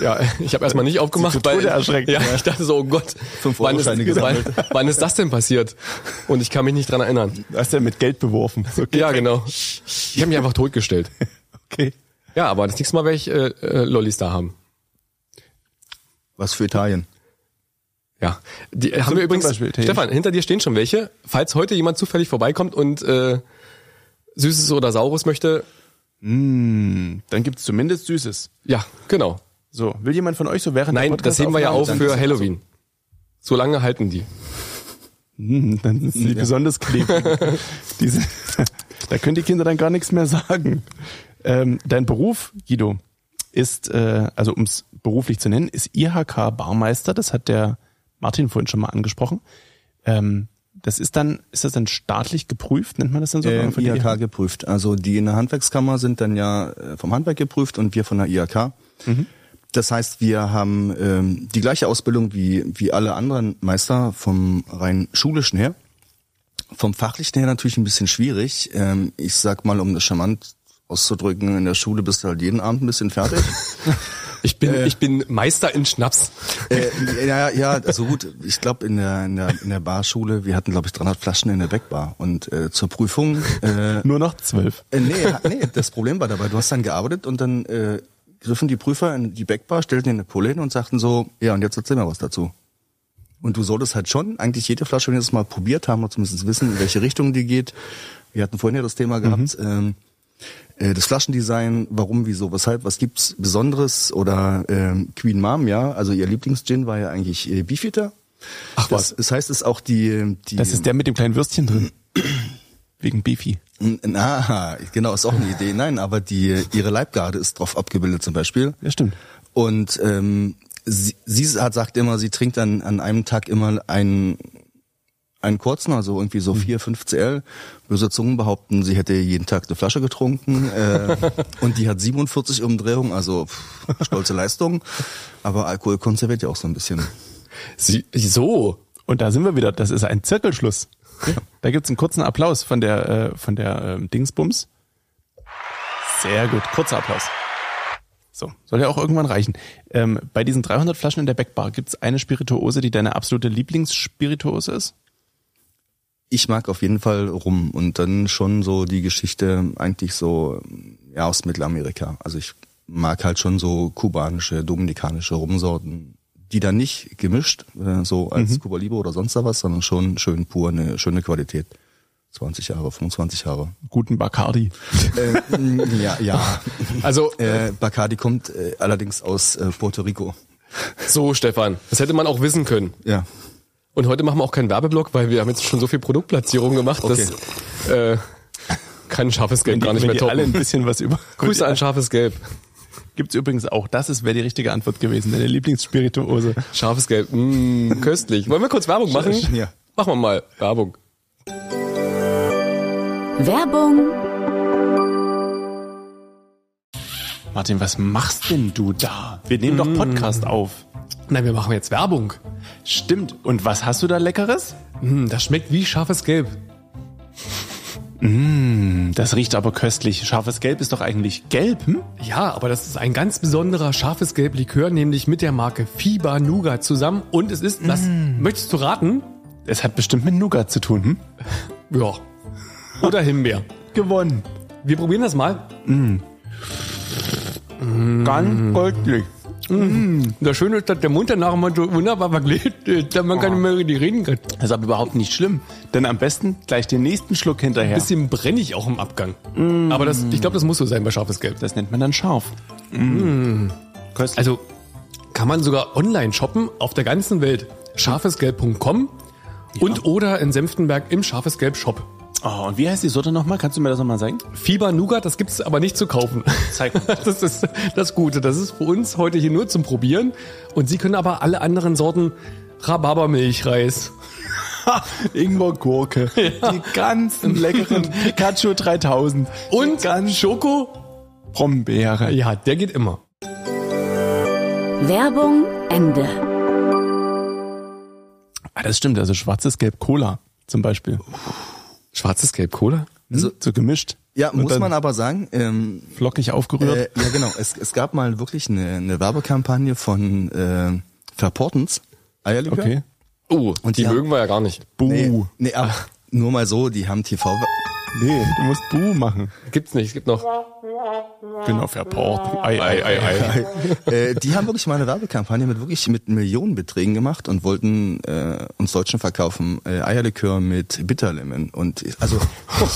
Ja, ich habe erstmal nicht aufgemacht, weil
erschreckt,
ja, ich dachte so, oh Gott,
Fünf
wann ist,
Euro-Scheine
wann, wann ist das denn passiert? Und ich kann mich nicht dran erinnern.
Da ist ja mit Geld beworfen.
Ja, genau. Ich habe mich einfach totgestellt.
Okay.
Ja, aber das nächste Mal werde ich äh, äh, Lollis da haben.
Was für Italien.
Ja, die haben wir übrigens.
Beispiel Tee.
Stefan, hinter dir stehen schon welche. Falls heute jemand zufällig vorbeikommt und äh, Süßes oder Saures möchte,
Hm, Dann gibt's zumindest Süßes.
ja, genau.
So, will jemand von euch so während
Nein,
der
das heben wir ja auf
Podcastaufnahme-
für Halloween. So lange halten die.
Hm, Dann sind die besonders klebrig. Diese, da können die Kinder dann gar nichts mehr sagen. Ähm, dein Beruf, Guido, ist, äh, also um es beruflich zu nennen, ist IHK-Barmeister. Das hat der Martin vorhin schon mal angesprochen. Ähm, das ist dann, ist das dann staatlich geprüft, nennt man das dann so?
Ähm,
Von der
IHK geprüft. Also die in der Handwerkskammer sind dann ja äh, vom Handwerk geprüft und wir von der IHK. Das heißt, wir haben ähm, die gleiche Ausbildung wie, wie alle anderen Meister vom rein schulischen her. Vom fachlichen her natürlich ein bisschen schwierig. Ähm, ich sag mal, um das charmant auszudrücken, in der Schule bist du halt jeden Abend ein bisschen fertig.
Ich bin,
Äh.
ich bin Meister in Schnaps.
äh, ja, ja, also gut, ich glaube in der, in, der, in der Barschule, wir hatten glaube ich 300 Flaschen in der Backbar und äh, zur Prüfung... Äh,
Nur noch zwölf.
Äh, nee, ha- nee, das Problem war dabei, du hast dann gearbeitet und dann äh, griffen die Prüfer in die Backbar, stellten dir eine Pulle hin und sagten so, ja, und jetzt erzähl mal was dazu. Und du solltest halt schon eigentlich jede Flasche, wenn wir das mal probiert haben, oder zumindest wissen, in welche Richtung die geht. Wir hatten vorhin ja das Thema gehabt, ähm, äh, das Flaschendesign, warum, wieso, weshalb, was gibt's Besonderes oder ähm, Queen Mom, ja, also ihr Lieblingsgin war ja eigentlich äh, Beefeater. Ach
was.
Das, das heißt, es ist auch die, die
Das ist der mit dem kleinen Würstchen drin. Wegen Beefy.
na, genau, ist auch eine Idee. Nein, aber die ihre Leibgarde ist drauf abgebildet zum Beispiel.
Ja, stimmt.
Und ähm, sie, sie hat, sagt immer, sie trinkt an, an einem Tag immer einen, einen kurzen, also irgendwie so 4, 5 CL. Böse Zungen behaupten, sie hätte jeden Tag eine Flasche getrunken. Äh, und die hat 47 Umdrehungen, also pff, stolze Leistung. Aber Alkohol konserviert ja auch so ein bisschen.
Sie, so.
Und da sind wir wieder. Das ist ein Zirkelschluss. Da gibt's einen kurzen Applaus von der, äh, von der ähm, Dingsbums. Sehr gut, kurzer Applaus. So, soll ja auch irgendwann reichen. Ähm, bei diesen 300 Flaschen in der Backbar gibt's eine Spirituose, die deine absolute Lieblingsspirituose ist?
Ich mag auf jeden Fall rum und dann schon so die Geschichte eigentlich so ja, aus Mittelamerika. Also ich mag halt schon so kubanische, dominikanische Rumsorten, die dann nicht gemischt, äh, so als Cuba Libre oder sonst was, sondern schon schön pur, eine schöne Qualität. 20 Jahre, 25 Jahre.
Guten Bacardi.
Ähm, ja, ja.
Also,
Äh, Bacardi kommt äh, allerdings aus äh, Puerto Rico.
so Stefan, das hätte man auch wissen können.
Ja.
Und heute machen wir auch keinen Werbeblock, weil wir haben jetzt schon so viel Produktplatzierung gemacht, dass äh, kann scharfes Gelb
Wenn die,
gar nicht
wenn
mehr
die alle ein
toppen.
bisschen was über...
Grüße an scharfes Gelb.
Gibt's übrigens auch, das ist wäre die richtige Antwort gewesen, deine Lieblingsspirituose.
Scharfes Gelb, mm, köstlich. Wollen wir kurz Werbung machen?
Ja.
Machen wir mal Werbung.
Werbung,
Martin, was machst denn du da? Wir nehmen doch Podcast auf.
Nein, wir machen jetzt Werbung.
Stimmt. Und was hast du da Leckeres?
Mm, das schmeckt wie scharfes Gelb.
Hm, Das riecht aber köstlich. Scharfes Gelb ist doch eigentlich gelb, hm?
Ja, aber das ist ein ganz besonderer scharfes Gelb Likör, nämlich mit der Marke Fiba Nougat zusammen. Und es ist, das möchtest du raten?
Es hat bestimmt mit Nougat zu tun, hm?
Ja. Oder Himbeer.
Gewonnen.
Wir probieren das mal.
Mhm. Ganz goldlich.
Das Schöne ist, dass der Mund danach immer so wunderbar verklebt ist, dass man gar nicht mehr richtig reden kann.
Das ist aber überhaupt nicht schlimm. Denn am besten gleich den nächsten Schluck hinterher.
Bisschen brennig auch im Abgang. Aber das, ich glaube, das muss so sein bei scharfes Gelb.
Das nennt man dann scharf. Mhm. Köstlich.
Also kann man sogar online shoppen auf der ganzen Welt. Scharfesgelb.com und oder in Senftenberg im Scharfesgelb Shop.
oh, und wie heißt die Sorte nochmal? Kannst du mir das nochmal sagen?
Fieber Nougat, das gibt's aber nicht zu kaufen.
Zeig mal.
Das ist das Gute. Das ist für uns heute hier nur zum Probieren. Und Sie können aber alle anderen Sorten Rhabarbermilchreis.
Ingwer Gurke. Die ganzen leckeren Pikachu 3000.
Und Schoko?
Brombeere.
Ja, der geht immer.
Werbung, Ende.
Ah, das stimmt. Also schwarzes Gelb Cola zum Beispiel.
Schwarzes Gelb Cola?
Also, so gemischt.
Ja,
Und
muss
dann
man aber sagen, ähm,
Flockig aufgerührt.
Äh, ja, genau. Es, es gab mal wirklich eine, eine Werbekampagne von äh, Verportens, Eierlikör.
okay. Uh.
Oh, und die
die haben-
mögen wir ja gar nicht.
Buh.
Nee, nee, aber nur mal so, die haben TV...
Nee, du musst Buh machen.
Gibt's nicht. Es gibt noch.
Genau, verport. Ei,
Ei, ei, ei.
Äh, die haben wirklich mal eine Werbekampagne mit wirklich mit Millionenbeträgen gemacht und wollten äh, uns Deutschen verkaufen äh, Eierlikör mit Bitterlemon. Und ich- also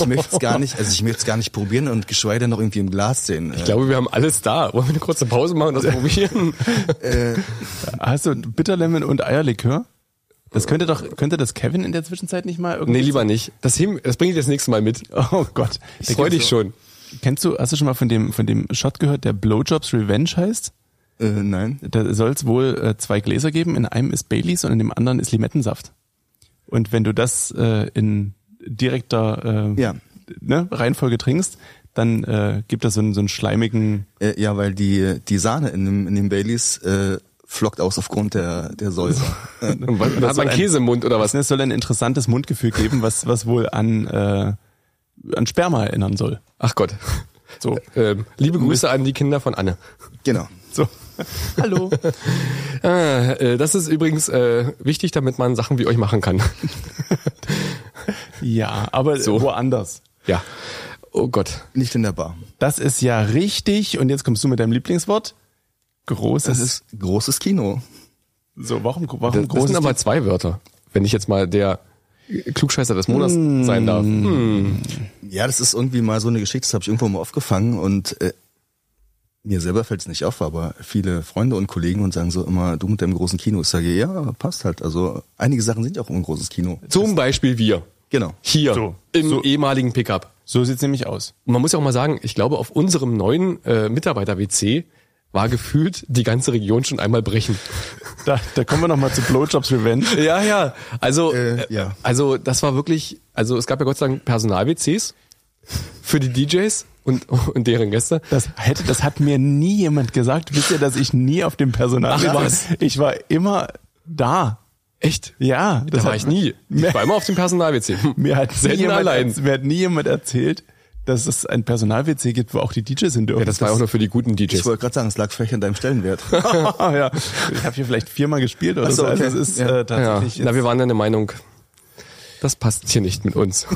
ich möchte es gar nicht, also ich möchte es gar nicht probieren und geschweige denn noch irgendwie im Glas sehen. Äh,
Ich glaube, wir haben alles da. Wollen wir eine kurze Pause machen und das probieren?
Hast du Bitterlemon und Eierlikör? Das könnte doch, könnte das Kevin in der Zwischenzeit nicht mal irgendwie.
nee, lieber nicht. Das, heben- das bringe ich das nächste Mal mit.
Oh Gott.
Ich freue dich schon.
Kennst du, hast du schon mal von dem, von dem Shot gehört, der Blowjobs Revenge heißt?
äh, nein.
Da soll es wohl äh, zwei Gläser geben. In einem ist Baileys und in dem anderen ist Limettensaft. Und wenn du das äh, in direkter äh,
Ja.
ne, Reihenfolge trinkst, dann äh, gibt das so einen, so einen schleimigen.
Äh, ja, weil die, die Sahne in dem, in dem Baileys äh, flockt aus aufgrund der, der Säure. Äh,
Dann hat man
soll ein-
Käse im Mund oder was?
Es ne, soll ein interessantes Mundgefühl geben, was, was wohl an, äh, an Sperma erinnern soll.
Ach Gott.
So.
Ähm, liebe Grüße an die Kinder von Anne.
genau.
so. Hallo.
Äh, äh, das ist übrigens äh, wichtig, damit man Sachen wie euch machen kann.
Ja, aber
So.
woanders.
ja. Oh Gott.
Nicht in der Bar.
Das ist ja richtig. Und jetzt kommst du mit deinem Lieblingswort. Großes.
Das ist großes Kino.
so, warum,
Das,
warum
sind
großes?
aber zwei Wörter. Wenn ich jetzt mal der Klugscheißer des Monats sein darf. Hm.
Ja, das ist irgendwie mal so eine Geschichte, das habe ich irgendwo mal aufgefangen und äh, mir selber fällt es nicht auf, aber viele Freunde und Kollegen und sagen so immer, du mit deinem großen Kino. Ich sage, ja, passt halt. Also einige Sachen sind ja auch ein großes Kino.
Zum Beispiel wir.
Genau.
Hier.
So.
Im
So.
ehemaligen Pickup.
So sieht's nämlich aus.
Und man muss ja auch mal sagen, ich glaube, auf unserem neuen äh, Mitarbeiter-WC war gefühlt die ganze Region schon einmal brechen.
Da, da kommen wir nochmal zu Blowjobs Revenge.
Ja, ja. Also,
Äh,
äh,
ja.
also das war wirklich, also es gab ja Gott sei Dank Personal-WCs für die DJs und, und deren Gäste.
Das hätte, das hat mir nie jemand gesagt. Wisst ihr, dass ich nie auf dem Personal
Ach,
war?
was?
Ich war immer da.
Echt?
Ja,
Da war
hat-
ich nie. Ich war immer auf dem Personal-WC.
Mir hat, nie
Selten
jemand,
allein.
mir hat nie jemand erzählt, dass es ein Personal-WC gibt, wo auch die DJs hin dürfen.
Ja, das war auch nur für die guten DJs.
Ich wollte gerade sagen, es lag vielleicht an deinem Stellenwert.
ja. Ich habe hier vielleicht viermal gespielt oder
Ach so,
so. Also
okay.
es ist
Ja.
äh,
ja,
tatsächlich
na,
jetzt
wir waren dann der Meinung, das passt hier nicht mit uns.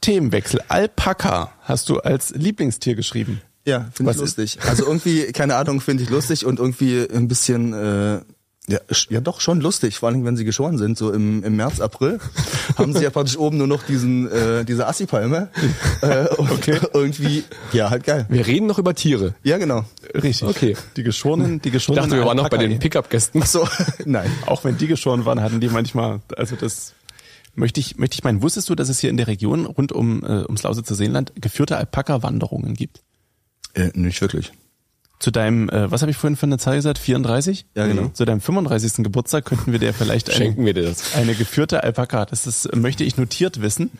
Themenwechsel. Alpaka hast du als Lieblingstier geschrieben.
Ja, finde
Was
ich
ist-
lustig. Also irgendwie, keine Ahnung, finde ich lustig und irgendwie ein bisschen, äh, ja, sch- ja doch schon lustig, vor allem wenn sie geschoren sind, so im, im März, April, haben sie ja praktisch oben nur noch diesen, äh, diese Assi-Palme. Äh, und Irgendwie, ja, halt geil.
Wir reden noch über Tiere.
Ja, genau.
Richtig.
Okay.
Die geschorenen, die
Ich
geschorenen.
dachte, wir waren noch bei
Alpaka-
den Pickup-Gästen.
So, nein.
Auch wenn die geschoren waren, hatten die manchmal, also das möchte ich, möchte ich meinen. Wusstest du, dass es hier in der Region rund um, äh, ums Lausitzer Seenland geführte Alpaka-Wanderungen gibt?
Äh, nicht wirklich.
Zu deinem, äh, was habe ich vorhin für eine Zahl gesagt? 34?
Ja, genau.
Zu deinem 35. Geburtstag könnten wir dir vielleicht
Schenken
eine,
wir dir das.
eine geführte Alpaka, das ist, äh, möchte ich notiert wissen.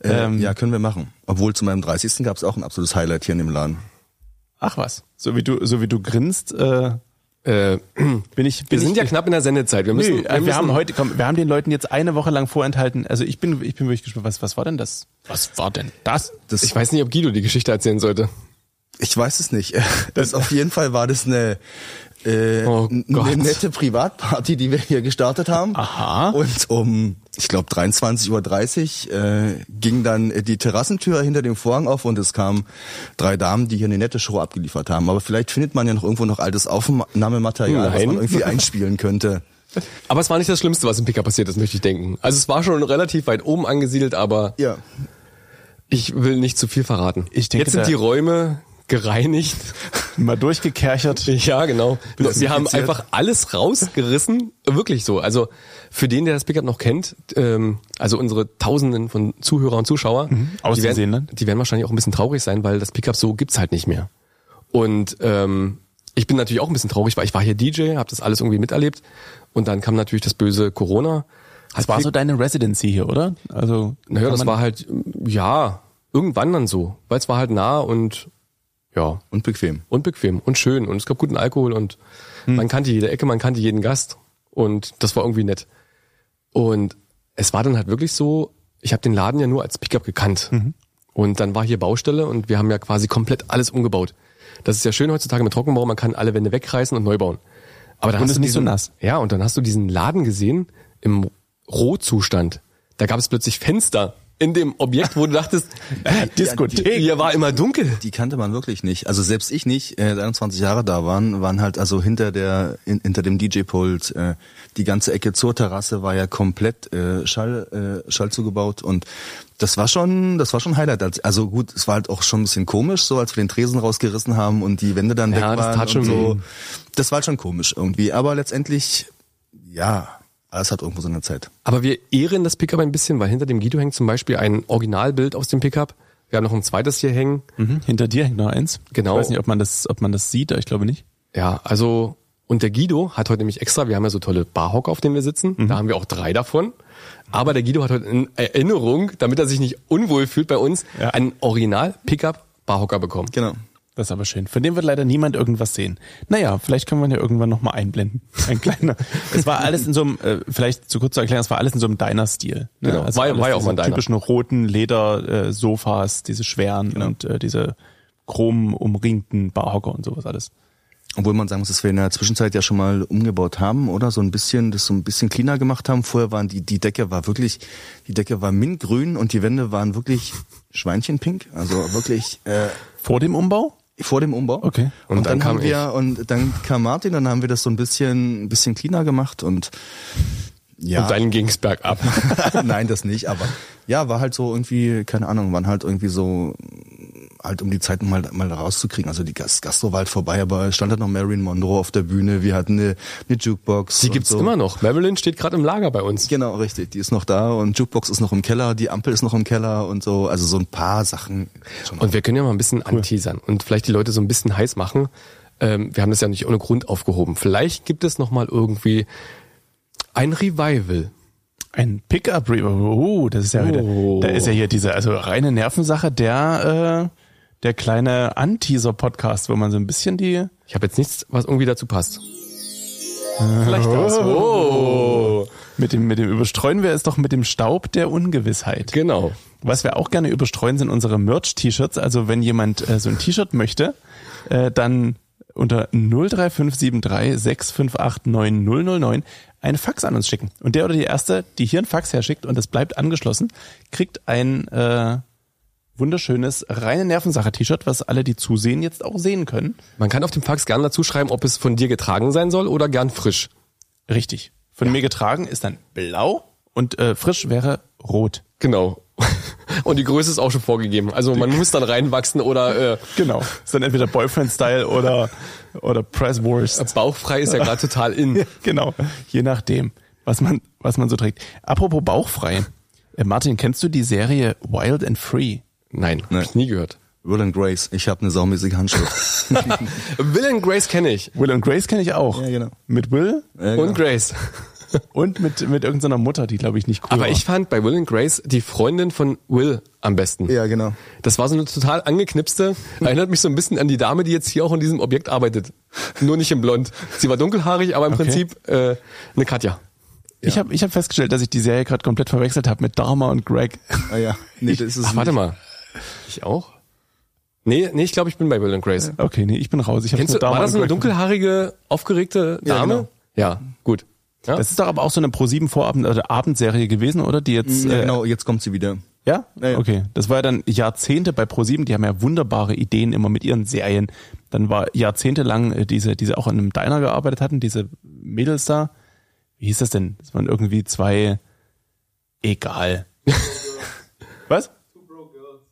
Äh,
Ähm,
ja, können wir machen. Obwohl zu meinem 30. gab es auch ein absolutes Highlight hier in dem Laden.
Ach was. So wie du, so wie du grinst, äh,
Äh,
bin ich, bin
wir sind
ich,
ja knapp in der Sendezeit. Wir
Nö,
müssen,
äh, wir, haben heute, komm, wir haben den Leuten jetzt eine Woche lang vorenthalten. Also ich bin, ich bin wirklich gespannt. Was, was war denn das? Was war denn das?
Das,
Ich weiß nicht, ob Guido die Geschichte erzählen sollte.
Ich weiß es nicht. Das auf jeden Fall war das eine, äh,
Oh
n-
Gott.
eine nette Privatparty, die wir hier gestartet haben.
Aha.
Und um, ich glaube, 23.30 Uhr äh, ging dann äh, die Terrassentür hinter dem Vorhang auf und es kamen drei Damen, die hier eine nette Show abgeliefert haben. Aber vielleicht findet man ja noch irgendwo noch altes Aufnahmematerial, was
Nein.
man irgendwie einspielen könnte.
Aber es war nicht das Schlimmste, was im Pickup passiert ist, möchte ich denken. Also es war schon relativ weit oben angesiedelt, aber
Ja.
ich will nicht zu viel verraten.
Ich denke,
Jetzt sind
da-
die Räume gereinigt.
Mal durchgekerchert.
Ja, genau. Wir haben
Desinfiziert.
einfach alles rausgerissen. Wirklich so. Also für den, der das Pickup noch kennt, ähm, also unsere Tausenden von Zuhörer und Zuschauer,
Aus
die,
dem
werden,
Seenland.
die werden wahrscheinlich auch ein bisschen traurig sein, weil das Pickup so gibt's halt nicht mehr. Und ähm, ich bin natürlich auch ein bisschen traurig, weil ich war hier DJ, habe das alles irgendwie miterlebt und dann kam natürlich das böse Corona.
Das war so deine Residency hier, oder? Also,
Naja,
kann
das
man-
war halt, ja, irgendwann dann so. Weil es war halt nah und ja,
Und bequem.
und bequem und schön. Und es gab guten Alkohol und
Hm.
man kannte jede Ecke, man kannte jeden Gast. Und das war irgendwie nett. Und es war dann halt wirklich so, ich habe den Laden ja nur als Pickup gekannt.
Mhm.
Und dann war hier Baustelle und wir haben ja quasi komplett alles umgebaut. Das ist ja schön heutzutage mit Trockenbau, man kann alle Wände wegreißen und neu bauen. Aber dann
Und
hast
ist
du
nicht so
diesen,
nass.
Ja, und dann hast du diesen Laden gesehen im Rohzustand. Da gab es plötzlich Fenster in dem Objekt, wo du dachtest,
Äh, Diskothek.
hier war immer dunkel.
Die kannte man wirklich nicht. Also selbst ich nicht, äh, 21 Jahre da waren, waren halt also hinter der in, hinter dem DJ-Pult äh, die ganze Ecke zur Terrasse war ja komplett äh, Schall äh, Schall zugebaut und das war schon das war schon Highlight. Als- Also gut, es war halt auch schon ein bisschen komisch, so als wir den Tresen rausgerissen haben und die Wände dann
Ja,
weg
das
waren
tat schon
und so.
weh.
Das war halt schon komisch irgendwie, aber letztendlich ja, alles hat irgendwo seine Zeit.
Aber wir ehren das Pickup ein bisschen, weil hinter dem Guido hängt zum Beispiel ein Originalbild aus dem Pickup. Wir haben noch ein zweites hier hängen.
Mhm. Hinter dir hängt noch eins.
Genau.
Ich weiß nicht, ob man das, ob man das sieht, aber ich glaube nicht.
Ja, also, und der Guido hat heute nämlich extra, wir haben ja so tolle Barhocker, auf denen wir sitzen.
Mhm.
Da haben wir auch drei davon. Aber der Guido hat heute in Erinnerung, damit er sich nicht unwohl fühlt bei uns,
Ja.
einen Original-Pickup-Barhocker bekommen.
Genau.
Das ist aber schön. Von dem wird leider niemand irgendwas sehen. Naja, vielleicht können wir ihn ja irgendwann nochmal einblenden. Ein kleiner. es war alles in so einem, äh, vielleicht zu kurz zu erklären, es war alles in so einem Diner-Stil. Ne?
Genau. War-
alles
war ja auch
diese
mal ein Diner.
typischen roten Leder-Sofas, diese schweren
Genau.
und äh, diese chrom umringten Barhocker und sowas alles.
Obwohl man sagen muss, dass wir in der Zwischenzeit ja schon mal umgebaut haben, oder? So ein bisschen, das so ein bisschen cleaner gemacht haben. Vorher waren die, die Decke war wirklich, die Decke war mintgrün und die Wände waren wirklich schweinchenpink. Also wirklich, äh,
Vor dem Umbau?
vor dem Umbau.
Okay.
Und
Und, dann,
dann kam
haben wir, und dann kam Martin, dann haben wir das so ein bisschen, ein bisschen cleaner gemacht und, ja.
Und dann ging's bergab.
Nein, das nicht, aber ja, war halt so irgendwie, keine Ahnung, waren halt irgendwie so halt um die Zeit mal, mal rauszukriegen. Also die Gast Gastro war halt vorbei, aber es stand halt noch Marilyn Monroe auf der Bühne, wir hatten eine, eine Jukebox.
Die
und
gibt's
so.
immer noch. Marilyn steht gerade im Lager bei uns.
Genau, richtig, die ist noch da und Jukebox ist noch im Keller, die Ampel ist noch im Keller und so, also so ein paar Sachen. Schon
Und wir können ja mal ein bisschen anteasern und vielleicht die Leute so ein bisschen heiß machen. Ähm, wir haben das ja nicht ohne Grund aufgehoben. Vielleicht gibt es nochmal irgendwie ein Revival.
Ein Pickup Reaper. Oh, das ist ja wieder.
Oh.
Da ist ja hier diese, also reine Nervensache, der, äh, der kleine Anteaser-Podcast, wo man so ein bisschen die.
Ich habe jetzt nichts, was irgendwie dazu passt. Vielleicht das. Oh.
Mit dem, mit dem Überstreuen wir es doch mit dem Staub der Ungewissheit.
Genau.
Was wir auch gerne überstreuen, sind unsere Merch-T-Shirts. Also wenn jemand äh, so ein T-Shirt möchte, äh, dann unter 03573 658 9009 eine Fax an uns schicken. Und der oder die Erste, die hier ein Fax herschickt und es bleibt angeschlossen, kriegt ein äh, wunderschönes reine Nervensache-T-Shirt, was alle, die zusehen, jetzt auch sehen können.
Man kann auf dem Fax gerne dazu schreiben, ob es von dir getragen sein soll oder gern frisch.
Richtig. Von mir getragen ist dann blau und äh, frisch wäre rot.
Genau. Und die Größe ist auch schon vorgegeben. Also man muss dann reinwachsen oder äh,
Genau. Ist dann entweder Boyfriend-Style oder, oder Press Wars.
bauchfrei ist ja gerade total in.
Genau. Je nachdem, was man, was man so trägt. Apropos bauchfrei. Äh, Martin, kennst du die Serie Wild and Free?
Nein, hab ich nie gehört.
Will and Grace, ich habe eine saumäßige Handschrift.
Will and Grace kenne ich.
Will und Grace kenne ich auch.
Ja, genau.
Mit Will
Ja,
Und
genau.
Grace.
und mit, mit irgendeiner Mutter, die glaube ich nicht cool
Aber
war.
ich fand bei Will and Grace die Freundin von Will am besten.
Ja, genau.
Das war so eine total angeknipste, erinnert mich so ein bisschen an die Dame, die jetzt hier auch in diesem Objekt arbeitet. Nur nicht in blond. Sie war dunkelhaarig, aber im
Okay.
Prinzip äh, eine Katja.
Ich habe ich hab festgestellt, dass ich die Serie gerade komplett verwechselt habe mit Dharma und Greg.
Ah, ja. Nee, das ist es
Ach, warte
nicht.
mal. Ich auch? Nee, nee, ich glaube, ich bin bei Will and Grace.
Okay, nee, ich bin raus. Ich hab's
Kennst
mit
du, war
Dharma
das
und
eine
Greg
dunkelhaarige, aufgeregte
Ja,
Dame?
genau.
Ja, gut. Ja?
Das ist doch aber auch so eine Pro7 Vorabend oder Abendserie gewesen, oder? Die jetzt
Ja,
äh,
genau, jetzt kommt sie wieder.
ja?
Ja, ja.
Okay, das war ja dann Jahrzehnte bei Pro7, die haben ja wunderbare Ideen immer mit ihren Serien. Dann war jahrzehntelang äh, diese diese auch in einem Diner gearbeitet hatten, diese Mädels da. Wie hieß das denn? Das waren irgendwie zwei egal. Was?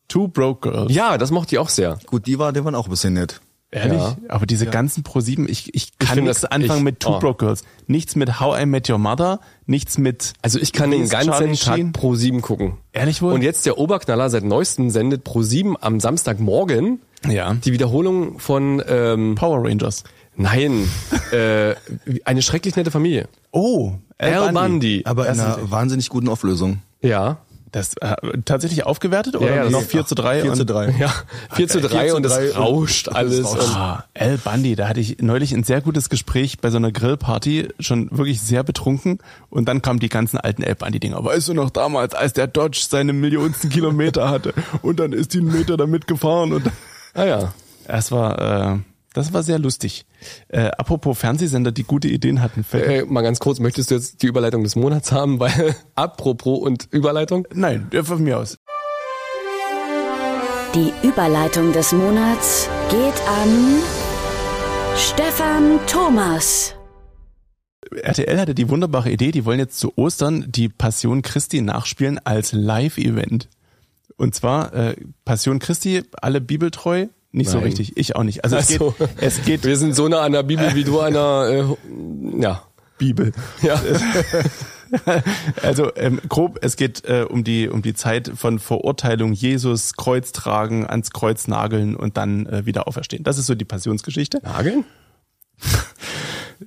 Two Broke Girls.
ja, das mochte ich auch sehr.
Gut, die war, die waren auch ein bisschen nett.
Ehrlich?
Ja.
Aber diese ganzen Pro7, ich, ich kann
find
nichts
das-
anfangen
ich-
mit Two
oh.
Broke Girls. Nichts mit How I Met Your Mother, nichts mit.
Also ich kann
Wie
den
ist
ganzen
Charlie
Tag
Sheen?
pro 7 gucken.
Ehrlich wohl?
Und jetzt der Oberknaller seit neuestem sendet pro 7 am Samstagmorgen
Ja.
die Wiederholung von ähm,
Power Rangers.
Nein, äh, eine schrecklich nette Familie.
Oh,
Al Bundy.
Aber in einer wahnsinnig guten Auflösung.
Ja.
Das äh, tatsächlich aufgewertet oder
Ja, ja,
noch
das-
4 zu 3?
4 zu 3.
Ja, 4 zu 3
zu
und
drei
es
und-
rauscht alles.
rauscht.
Und
Ah, Al Bundy, da hatte ich neulich ein sehr gutes Gespräch bei so einer Grillparty, schon wirklich sehr betrunken und dann kamen die ganzen alten Al Bundy-Dinger. Weißt du noch damals, als der Dodge seine millionsten Kilometer hatte und dann ist die einen Meter damit gefahren und...
ah ja.
Das war, äh, das war sehr lustig. Äh, apropos Fernsehsender, die gute Ideen hatten. Fällt-
Äh, mal ganz kurz, möchtest du jetzt die Überleitung des Monats haben? Weil apropos und Überleitung.
Nein, äh, von mir aus.
Die Überleitung des Monats geht an Stefan Thomas.
RTL hatte die wunderbare Idee, die wollen jetzt zu Ostern die Passion Christi nachspielen als Live-Event. Und zwar äh, Passion Christi, alle bibeltreu, nicht so
Nein.
richtig, ich auch nicht. Also es
Also,
geht, es geht
Wir sind so nah an der Bibel wie du an der, äh, ja.
Bibel.
Ja.
Also ähm, grob, es geht äh, um die um die Zeit von Verurteilung Jesus, Kreuz tragen, ans Kreuz nageln und dann äh, wieder auferstehen. Das ist so die Passionsgeschichte.
Nageln?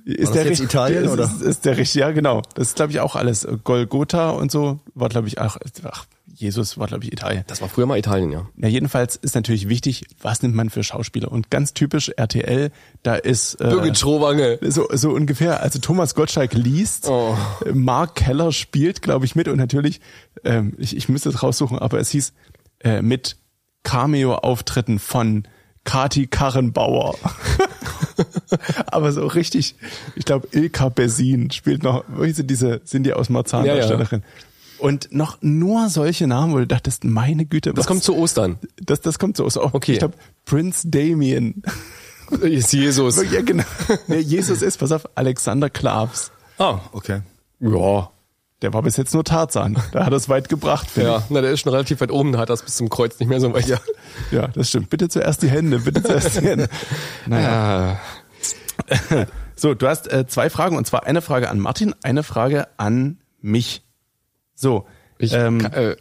Ist
das jetzt
richt-
Italien,
ist,
oder?
Ist, ist der richtig? Ja, genau. Das ist glaube ich auch alles Golgotha und so war glaube ich ach, ach Jesus war glaube ich Italien.
Das war früher mal Italien, ja.
Ja, jedenfalls ist natürlich wichtig, was nimmt man für Schauspieler und ganz typisch RTL, da ist äh,
Birgit Schrowange.
so, so ungefähr. Also Thomas Gottschalk liest,
Oh.
äh, Mark Keller spielt, glaube ich, mit und natürlich, ähm, ich, ich müsste es raussuchen, aber es hieß äh, mit Cameo-Auftritten von Kati Karrenbauer. aber so richtig, ich glaube, Ilka Bersin spielt noch, wie sind diese, sind die aus Marzahn
Ja, ja.
Darstellerin? Und noch nur solche Namen, wo du dachtest, meine Güte,
Das kommt zu Ostern.
das, das kommt so aus. Oh,
Okay.
Ich glaube, Prince Damien.
Ist Jesus.
Ja, genau. Nee, Jesus ist, pass auf, Alexander Klavs.
Ah,
Okay.
ja.
Der war bis jetzt nur Tarzan. Da hat er es weit gebracht, finde
Ja, na, der ist schon relativ weit oben, da hat das bis zum Kreuz nicht mehr so weit. Ja.
ich. Ja, das stimmt. Bitte zuerst die Hände, bitte zuerst die Hände. Naja. So, du hast äh, zwei Fragen und zwar eine Frage an Martin, eine Frage an mich. So.
Ich,
ähm,
ka- äh,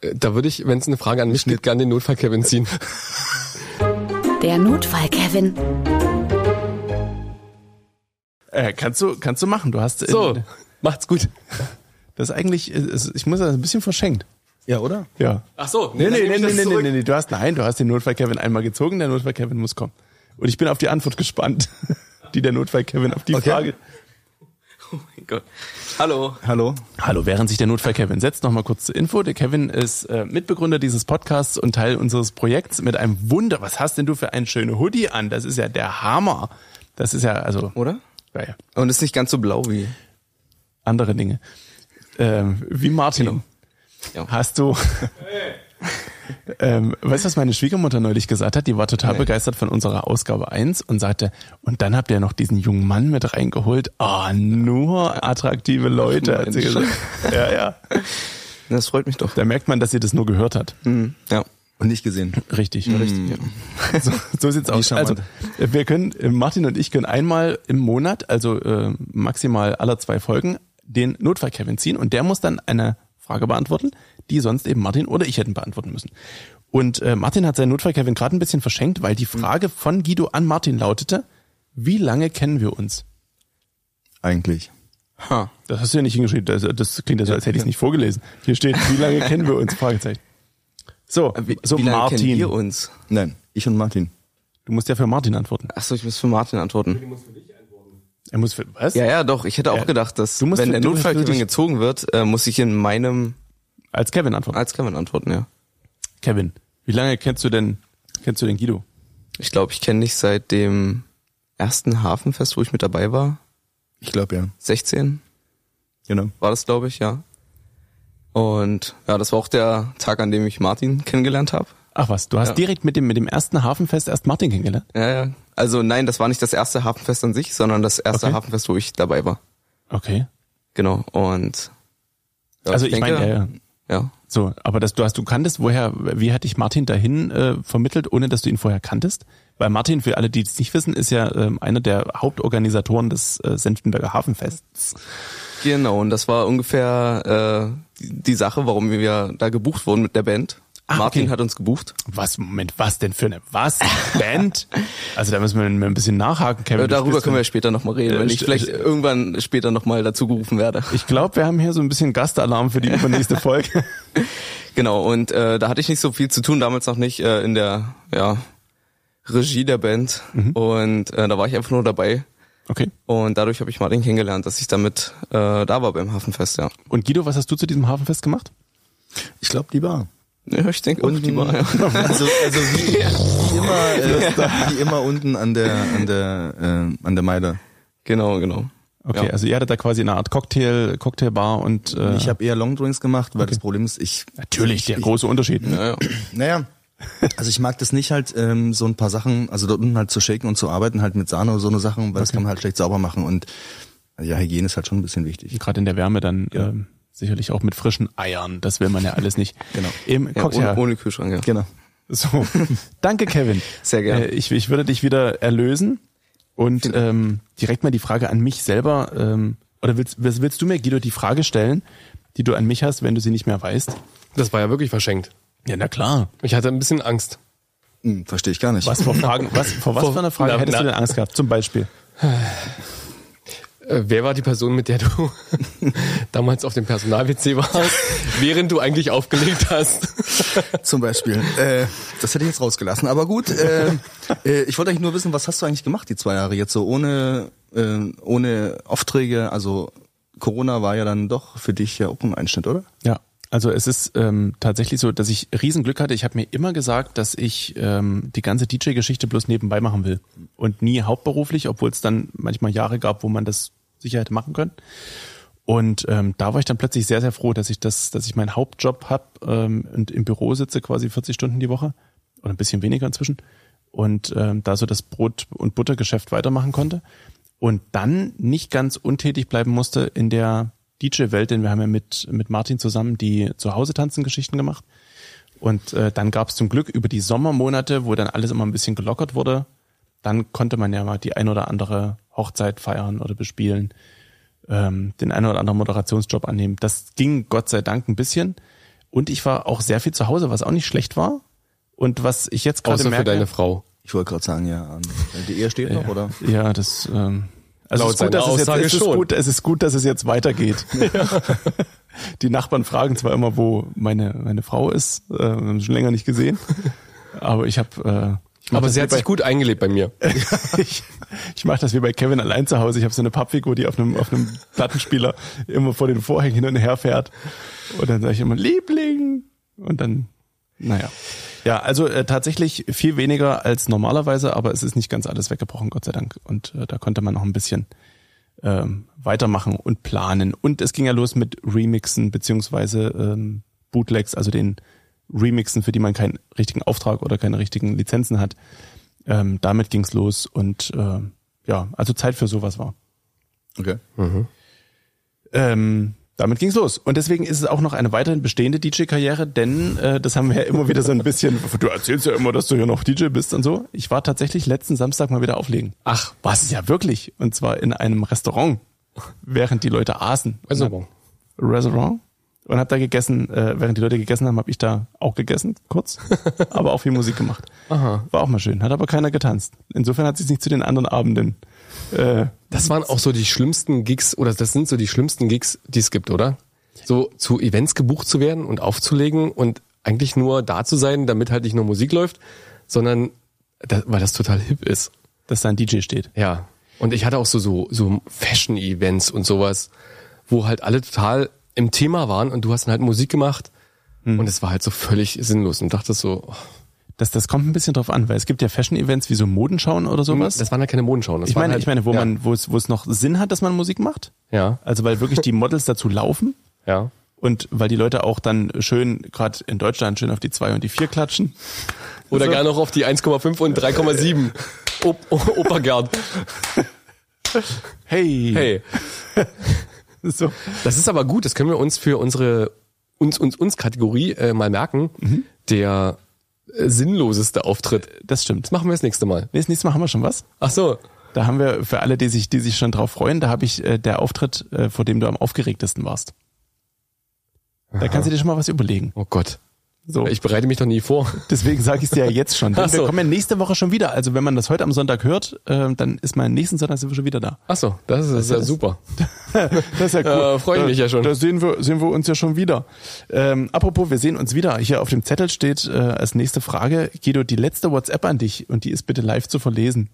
äh, da würde ich, wenn es eine Frage an mich gibt, gerne den Notfall Kevin ziehen.
Der Notfall Kevin.
äh, kannst du, kannst du machen. Du hast, äh,
So, macht's gut.
das ist eigentlich, äh, ist- ich muss das ein bisschen verschenkt.
Ja, oder?
Ja.
Ach so,
Nee, nee, nee, nee, nee, nee, nee, nee, du hast, nein, du hast den Notfall Kevin einmal gezogen, der Notfall Kevin muss kommen. Und ich bin auf die Antwort gespannt, die der Notfall Kevin auf die
Okay.
Frage.
Oh mein Gott. Hallo.
Hallo.
Hallo, während sich der Notfall Kevin setzt, nochmal kurz zur Info. Der Kevin ist äh, Mitbegründer dieses Podcasts und Teil unseres Projekts mit einem Wunder. Was hast denn du für einen schönen Hoodie an? Das ist ja der Hammer. Das ist ja, also.
Oder?
Ja, ja.
Und ist nicht ganz so blau wie. ne,
Andere Dinge. Ähm, wie Martin.
Genau. Ja.
Hast du. ähm, weißt du, was meine Schwiegermutter neulich gesagt hat? Die war total begeistert von unserer Ausgabe 1 und sagte, und dann habt ihr noch diesen jungen Mann mit reingeholt. Ah, nur attraktive Leute, hat sie gesagt. Ja, ja.
Das freut mich doch.
Da merkt man, dass sie das nur gehört hat.
Mhm. Ja.
Und nicht gesehen.
Richtig.
Richtig. Ja.
So, so sieht's aus. Also,
charmant.
äh, wir können, äh, Martin und ich können einmal im Monat, also äh, maximal aller zwei Folgen, den Notfall Kevin ziehen und der muss dann eine Frage beantworten, die sonst eben Martin oder ich hätten beantworten müssen. Und äh, Martin hat seinen Notfall Kevin gerade ein bisschen verschenkt, weil
Mhm.
die Frage von Guido an Martin lautete, wie lange kennen wir uns?
Eigentlich.
Ha.
Das hast du ja nicht hingeschrieben, das, das klingt ja so, als hätte ich es nicht vorgelesen. Hier steht, wie lange kennen wir uns? Fragezeichen. So,
Wie,
so
wie lange
Martin,
kennen wir uns?
Nein, ich und Martin.
du musst ja für Martin antworten.
Achso, ich muss für Martin antworten.
Er muss für, was?
Ja, ja, doch. Ich hätte
Ja.
auch gedacht, dass
Du musst
wenn
für-
der
du-
Notfall
du-
Kevin
dich-
gezogen wird, äh, muss ich in meinem
Als Kevin antworten.
als Kevin antworten, ja.
Kevin, wie lange kennst du denn, kennst du den Guido?
Ich glaube, ich kenne dich seit dem ersten Hafenfest, wo ich mit dabei war.
Ich glaube ja.
16
Genau.
war das, glaube ich, ja. Und ja, das war auch der Tag, an dem ich Martin kennengelernt habe.
Ach was, du hast
Ja.
direkt mit dem, mit dem ersten Hafenfest erst Martin kennengelernt?
Ja, ja. Also nein, das war nicht das erste Hafenfest an sich, sondern das erste
Okay.
Hafenfest, wo ich dabei war.
Okay.
Genau. Und ja,
also ich
denke,
meine, ja, ja.
ja.
So, aber dass du hast, du kanntest, woher, wie hat dich Martin dahin äh, vermittelt, ohne dass du ihn vorher kanntest? Weil Martin, für alle, die es nicht wissen, ist ja ähm, einer der Hauptorganisatoren des äh, Senftenberger Hafenfests.
Genau, und das war ungefähr äh, die die Sache, warum wir da gebucht wurden mit der Band.
Ah,
Martin
okay.
hat uns gebucht.
Was, Moment, was denn für eine, was? Band? Also da müssen wir ein bisschen nachhaken, Kevin.
Äh, darüber können
sprechen.
wir später nochmal reden,
Äh,
wenn ich
st-
vielleicht
st-
irgendwann später nochmal dazu gerufen werde.
Ich glaube, wir haben hier so ein bisschen Gastalarm für die übernächste Folge.
Genau, und äh, da hatte ich nicht so viel zu tun, damals noch nicht, äh, in der ja, Regie der Band. Und äh, da war ich einfach nur dabei.
Okay.
Und dadurch habe ich Martin kennengelernt, dass ich damit äh, da war beim Hafenfest, ja.
Und Guido, was hast du zu diesem Hafenfest gemacht?
Ich glaube, die war.
Ja, ich denke auch
Unten-
die war, ja.
Also, also wie, wie, immer, äh, wie immer unten an der an der äh, an der Meile.
Genau, genau.
Okay,
Ja.
also ihr hattet da quasi eine Art Cocktail, Cocktailbar und äh,
Ich habe eher Longdrinks gemacht, weil das Problem ist, ich
natürlich der große Unterschied. ne?
Ja, ja.
Naja. Also ich mag das nicht halt, ähm, so ein paar Sachen, also dort unten halt zu shaken und zu arbeiten, halt mit Sahne oder so eine Sachen, weil das kann man halt schlecht sauber machen und also ja, Hygiene ist halt schon ein bisschen wichtig.
Gerade in der Wärme dann ähm, sicherlich auch mit frischen Eiern. Das will man ja alles nicht.
Genau.
Im
ja
Cocktail.
ohne, ohne Kühlschrank, ja.
Genau.
So. Danke, Kevin.
Sehr gerne.
Äh, ich, ich würde dich wieder erlösen und ähm, direkt mal die Frage an mich selber. Ähm, oder willst, willst willst du mir, Guido, die Frage stellen, die du an mich hast, wenn du sie nicht mehr weißt?
Das war ja wirklich verschenkt.
Ja, na klar.
Ich hatte ein bisschen Angst.
Hm, Verstehe ich gar nicht.
Was vor Fragen, was, vor was
Vor-
für einer Frage
na,
hättest
na.
du denn Angst gehabt? Zum Beispiel.
Äh, wer war die Person, mit der du damals auf dem Personal-WC warst, während du eigentlich aufgelegt hast?
Zum Beispiel. Äh, das hätte ich jetzt rausgelassen. Aber gut, äh, äh, ich wollte eigentlich nur wissen, was hast du eigentlich gemacht die zwei Jahre jetzt so ohne, äh, ohne Aufträge? Also Corona war ja dann doch für dich ja auch ein Einschnitt, oder?
Ja, also es ist ähm, tatsächlich so, dass ich Riesenglück hatte. Ich habe mir immer gesagt, dass ich ähm, die ganze DJ-Geschichte bloß nebenbei machen will und nie hauptberuflich, obwohl es dann manchmal Jahre gab, wo man das sicher hätte machen können. Und ähm, da war ich dann plötzlich sehr, sehr froh, dass ich das, dass ich meinen Hauptjob hab ähm, und im Büro sitze quasi 40 Stunden die Woche oder ein bisschen weniger inzwischen und ähm, da so das Brot- und Buttergeschäft weitermachen konnte und dann nicht ganz untätig bleiben musste in der DJ-Welt, denn wir haben ja mit, mit Martin zusammen die Zuhause-Tanzen-Geschichten gemacht und äh, dann gab es zum Glück über die Sommermonate, wo dann alles immer ein bisschen gelockert wurde, dann konnte man ja mal die ein oder andere Hochzeit feiern oder bespielen ähm, den einen oder anderen Moderationsjob annehmen. Das ging Gott sei Dank ein bisschen. Und ich war auch sehr viel zu Hause, was auch nicht schlecht war. Und was ich jetzt gerade
Außer für
merke.
deine Frau.
Ich wollte gerade sagen, ja. Die Ehe steht noch, oder?
ja, das. Ähm, also
Laut
es ist gut,
seiner
dass es, jetzt,
Aussage
es, ist
schon.
gut, es ist gut, dass es jetzt weitergeht. Die Nachbarn fragen zwar immer, wo meine meine Frau ist. Äh, wir haben sie schon länger nicht gesehen. Aber ich habe äh, ich mach
Aber
das
sie
wie
hat
bei-
sich gut eingelebt bei mir.
ich ich mache das wie bei Kevin allein zu Hause. Ich habe so eine Pappfigur, die auf einem, auf einem Plattenspieler immer vor den Vorhängen hin und her fährt. Und dann sage ich immer, Liebling. Und dann, naja. Ja, also äh, tatsächlich viel weniger als normalerweise, aber es ist nicht ganz alles weggebrochen, Gott sei Dank. Und äh, da konnte man noch ein bisschen ähm, weitermachen und planen. Und es ging ja los mit Remixen beziehungsweise ähm, Bootlegs, also den Remixen, für die man keinen richtigen Auftrag oder keine richtigen Lizenzen hat. Ähm, damit ging's los und äh, ja, also Zeit für sowas war.
Okay.
Ähm, damit ging's los. Und deswegen ist es auch noch eine weiterhin bestehende DJ-Karriere, denn äh, das haben wir ja immer wieder so ein bisschen. Du erzählst ja immer, dass du ja noch DJ bist und so. Ich war tatsächlich letzten Samstag mal wieder auflegen.
Ach,
Was? Ja, wirklich. Und zwar in einem Restaurant, während die Leute aßen.
Restaurant.
Restaurant. Und hab da gegessen, äh, während die Leute gegessen haben, habe ich da auch gegessen, kurz, aber auch viel Musik gemacht. Aha. War auch mal schön, hat aber keiner getanzt. Insofern hat sich nicht zu den anderen Abenden. Äh,
Das waren auch so die schlimmsten Gigs, oder das sind so die schlimmsten Gigs, die es gibt, oder? So zu Events gebucht zu werden und aufzulegen und eigentlich nur da zu sein, damit halt nicht nur Musik läuft, sondern da, weil das total hip ist.
dass da ein DJ steht.
Ja. Und ich hatte auch so, so, so Fashion-Events und sowas, wo halt alle total im Thema waren und du hast dann halt Musik gemacht
Hm.
und es war halt so völlig sinnlos und dachtest so, oh,
Das, das kommt ein bisschen drauf an, weil es gibt ja Fashion-Events wie so Modenschauen oder sowas.
das waren halt keine Modenschauen. Das
ich
waren
meine,
halt,
ich meine, wo
ja,
man, wo es, wo es noch Sinn hat, dass man Musik macht.
Ja,
Also weil wirklich die Models dazu laufen.
ja.
Und weil die Leute auch dann schön, gerade in Deutschland, schön auf die zwei und die vier klatschen.
Oder
So.
gar noch auf die 1,5 und 3,7. Op Opa Gerd.
Hey.
Hey.
So.
Das ist aber gut, das können wir uns für unsere uns uns uns Kategorie äh, mal merken. Der äh, sinnloseste Auftritt.
Das stimmt.
Machen wir das nächste Mal.
Nee, das nächste Mal haben wir schon was.
Ach so.
Da haben wir für alle, die sich, die sich schon drauf freuen, da habe ich äh, der Auftritt, äh, vor dem du am aufgeregtesten warst. Da kannst du dir schon mal was überlegen.
Oh Gott.
So,
Ich bereite mich doch nie vor.
deswegen sage ich dir ja jetzt schon. Denn
Ach so.
Wir kommen ja nächste Woche schon wieder. Also wenn man das heute am Sonntag hört, äh, dann ist mein nächsten Sonntag sind wir schon wieder da.
Ach so, das ist, das ist ja super.
Das ist ja
Äh, freu ich
Da-
mich ja schon.
Da sehen wir, sehen wir uns ja schon wieder. Ähm, apropos, wir sehen uns wieder. Hier auf dem Zettel steht äh, als nächste Frage, Guido, die letzte WhatsApp an dich und die ist bitte live zu verlesen.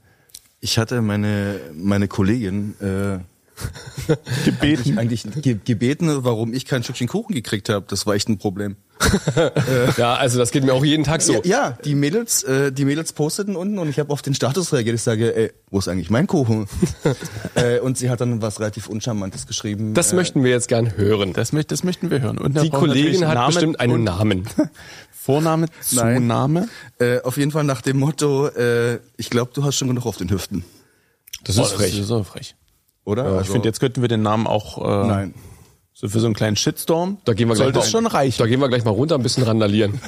Ich hatte meine, meine Kollegin äh,
Gebeten.
eigentlich ge gebeten, warum ich kein Stückchen Kuchen gekriegt habe. Das war echt ein Problem. Äh,
Ja, also das geht mir auch jeden Tag so.
Ja, ja, die Mädels, äh, die Mädels posteten unten und ich habe auf den Status reagiert. Ich sage, ey, wo ist eigentlich mein Kuchen? äh, und sie hat dann was relativ Uncharmantes geschrieben.
Das
äh,
möchten wir jetzt gern hören.
Das, möcht, das möchten wir hören. Und da
Die
brauchen wir
Kollegin
natürlich
hat
Namen
bestimmt einen
und
Namen.
Vorname, Oh, Zunahme.
äh, auf jeden Fall nach dem Motto, äh, ich glaube, du hast schon genug auf den Hüften,
Das
Oh,
ist frech.
so frech.
oder?
Ja, ich
Also-
finde, jetzt könnten wir den Namen auch äh,
Nein.
So für so einen kleinen Shitstorm.
Da gehen wir
Sollte
gleich
es
mal, um.
schon reichen.
Da gehen wir gleich mal runter, ein bisschen randalieren.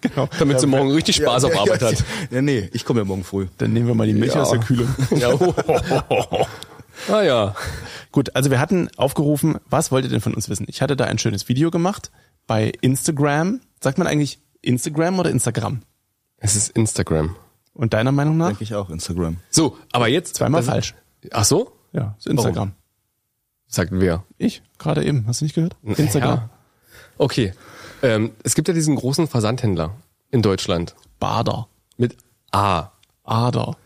Genau.
Damit sie morgen richtig Spaß auf Arbeit
ja,
hat.
Ja, nee, ich komme ja morgen früh.
Dann nehmen wir mal die Milch
Ja.
aus der Kühlung.
Ja. Ah ja.
Gut, also wir hatten aufgerufen, was wollt ihr denn von uns wissen? Ich hatte da ein schönes Video gemacht bei Instagram. Sagt man eigentlich Instagram oder Instagram?
Es ist Instagram.
Und deiner Meinung nach?
Denke ich auch, Instagram.
So, aber jetzt.
Zweimal
das-
falsch.
Ach so?
Ja, ist Instagram.
Sagt wer?
Ich, gerade eben. Hast du nicht gehört? Instagram.
Ja. Okay. Ähm, es gibt ja diesen großen Versandhändler in Deutschland
Bader.
mit A.
Ader.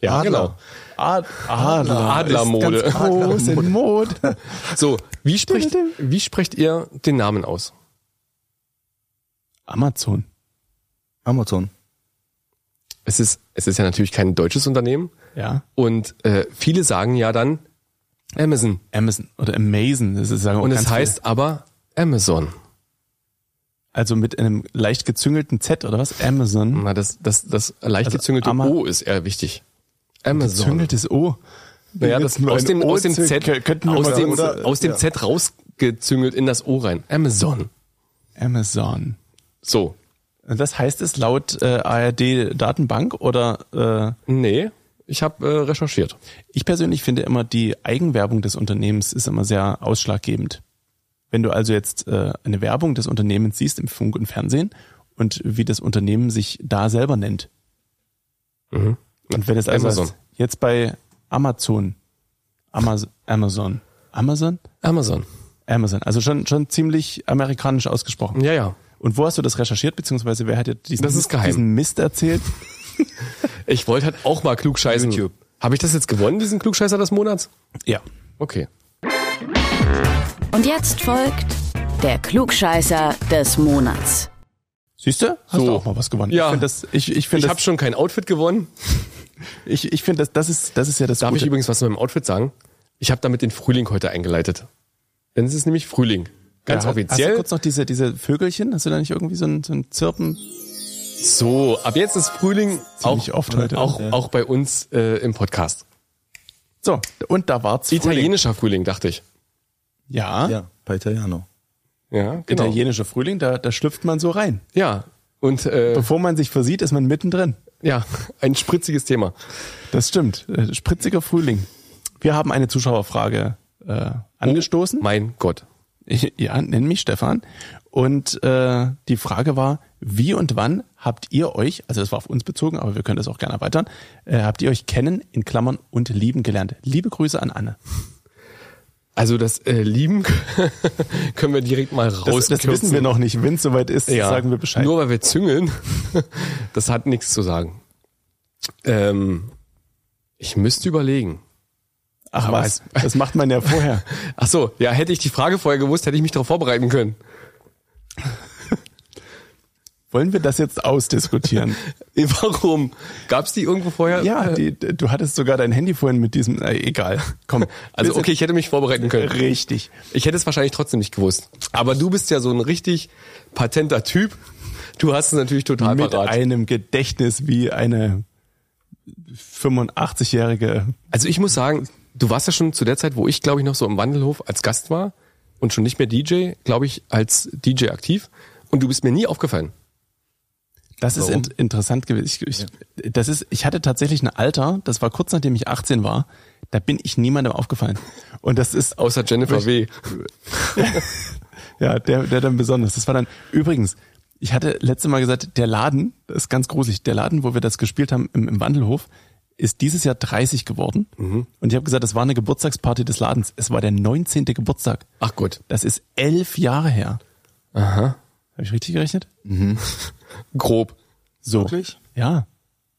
Ja, genau.
Adler. Ad Adler.
Adlermode.
Ist ganz groß in Mode.
So, wie spricht, wie sprecht ihr den Namen aus?
Amazon.
Amazon.
Es ist, es ist ja natürlich kein deutsches Unternehmen
Ja.
und äh, viele sagen ja dann Amazon.
Amazon oder Amazon. Das ist sagen auch
Und
Oh, ganz
es
viele.
heißt aber Amazon.
also mit einem leicht gezüngelten Z oder was? Amazon.
Na, das, das, das leicht
Also
gezüngelte
Ama-
O ist eher wichtig. Amazon.
Züngeltes O.
Naja, das aus dem, aus dem Z,
könnten wir
aus
mal
dem,
oder,
aus dem Z rausgezüngelt in das O rein. Amazon.
Amazon.
So.
Und Das heißt es laut äh, ARD Datenbank oder äh,
Nee, ich habe äh, recherchiert.
ich persönlich finde immer die Eigenwerbung des Unternehmens ist immer sehr ausschlaggebend. Wenn du also jetzt äh, eine Werbung des Unternehmens siehst im Funk und Fernsehen und wie das Unternehmen sich da selber nennt. Und wenn es also
Mhm. Amazon.
heißt, jetzt bei Amazon, Amaz Amazon, Amazon,
Amazon.
Amazon, also schon schon ziemlich amerikanisch ausgesprochen.
Ja, ja.
Und wo hast du das recherchiert, beziehungsweise wer hat dir diesen,
Das ist geheim.
diesen Mist erzählt?
Ich wollte halt auch mal klugscheißen.
YouTube.
Habe ich das jetzt gewonnen, diesen Klugscheißer des Monats?
Ja.
Okay.
Und jetzt folgt der Klugscheißer des Monats.
Siehst du? Hast
So.
du auch mal was gewonnen.
Ja.
Ich finde das, ich, ich
Ich
finde
habe
das,
schon kein Outfit gewonnen.
ich, ich finde das, das ist, das ist ja das
Darf ich
Gute.
übrigens was zu meinem Outfit sagen? Ich habe damit den Frühling heute eingeleitet. Denn es ist nämlich Frühling. Ganz
ja, Hast
offiziell.
du kurz noch diese, diese Vögelchen? Hast du da nicht irgendwie so ein, so ein Zirpen?
So, ab jetzt ist Frühling auch,
Ziemlich oft heute,
auch,
ja.
auch bei uns äh, im Podcast.
So, und da war's. Frühling.
Italienischer Frühling, dachte ich.
Ja,
Ja, bei Italiano.
Ja, genau.
italienischer Frühling, da, da schlüpft man so rein.
Ja, und äh,
Bevor man sich versieht, ist man mittendrin.
ja, ein spritziges Thema.
Das stimmt. Äh, Spritziger Frühling. Wir haben eine Zuschauerfrage äh,
Oh.
angestoßen.
Mein Gott.
Ja, nenn mich Stefan. Und äh, die Frage war, wie und wann habt ihr euch, also das war auf uns bezogen, aber wir können das auch gerne erweitern, äh, habt ihr euch kennen, in Klammern und lieben gelernt? Liebe Grüße an Anne.
Also das äh, Lieben können wir direkt mal
Das,
raus.
das wissen wir noch nicht. Wenn es soweit ist, sagen wir Bescheid.
Nur weil wir züngeln, das hat nichts zu sagen. Ähm, ich müsste überlegen.
Ach
aber
was, das macht man ja vorher.
Ach so, ja, hätte ich die Frage vorher gewusst, hätte ich mich darauf vorbereiten können.
Wollen wir das jetzt ausdiskutieren?
Warum? Gab es die irgendwo vorher?
Ja,
Äh,
die, du hattest sogar dein Handy vorhin mit diesem, äh, egal. Komm.
Also
Wir
okay, ich hätte mich vorbereiten
sind-
können.
Richtig.
Ich hätte es wahrscheinlich trotzdem nicht gewusst. Aber du bist ja so ein richtig patenter Typ. Du hast es natürlich total
Mit
parat.
einem Gedächtnis wie eine 85-jährige
Also ich muss sagen, du warst ja schon zu der Zeit, wo ich glaube ich noch so im Wandelhof als Gast war und schon nicht mehr DJ, glaube ich, als DJ aktiv. Und du bist mir nie aufgefallen.
Das ist
Warum?
in, interessant gewesen. Ich, ich, das ist, ich hatte tatsächlich ein Alter, das war kurz nachdem ich 18 war, da bin ich niemandem aufgefallen. Und das ist,
Außer Jennifer W.
ja, der, der dann besonders. Das war dann, übrigens, ich hatte letzte Mal gesagt, der Laden, das ist ganz gruselig, der Laden, wo wir das gespielt haben im, im Wandelhof, ist dieses Jahr 30 geworden.
Mhm.
Und ich habe gesagt, das war eine Geburtstagsparty des Ladens. Es war der 19. Geburtstag.
Ach gut.
Das ist elf Jahre her.
Aha.
Habe ich richtig gerechnet?
Grob.
So.
Wirklich?
Ja,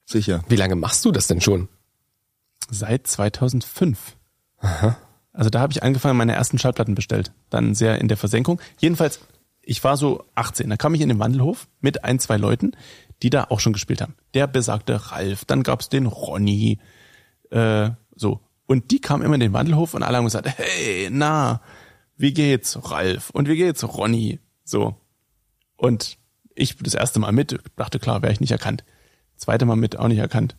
Sicher.
Wie lange machst du das denn schon?
Seit 2005. Also da habe ich angefangen, meine ersten Schallplatten bestellt. Dann sehr in der Versenkung. Jedenfalls, ich war so 18. Da kam ich in den Wandelhof mit ein, zwei Leuten, die da auch schon gespielt haben. Der besagte Ralf, dann gab's den Ronny, äh, so. Und die kamen immer in den Wandelhof und alle haben gesagt, hey, na, wie geht's, Ralf? Und wie geht's, Ronny? So. Und ich das erste Mal mit, dachte klar, wäre ich nicht erkannt. Zweite Mal mit, auch nicht erkannt.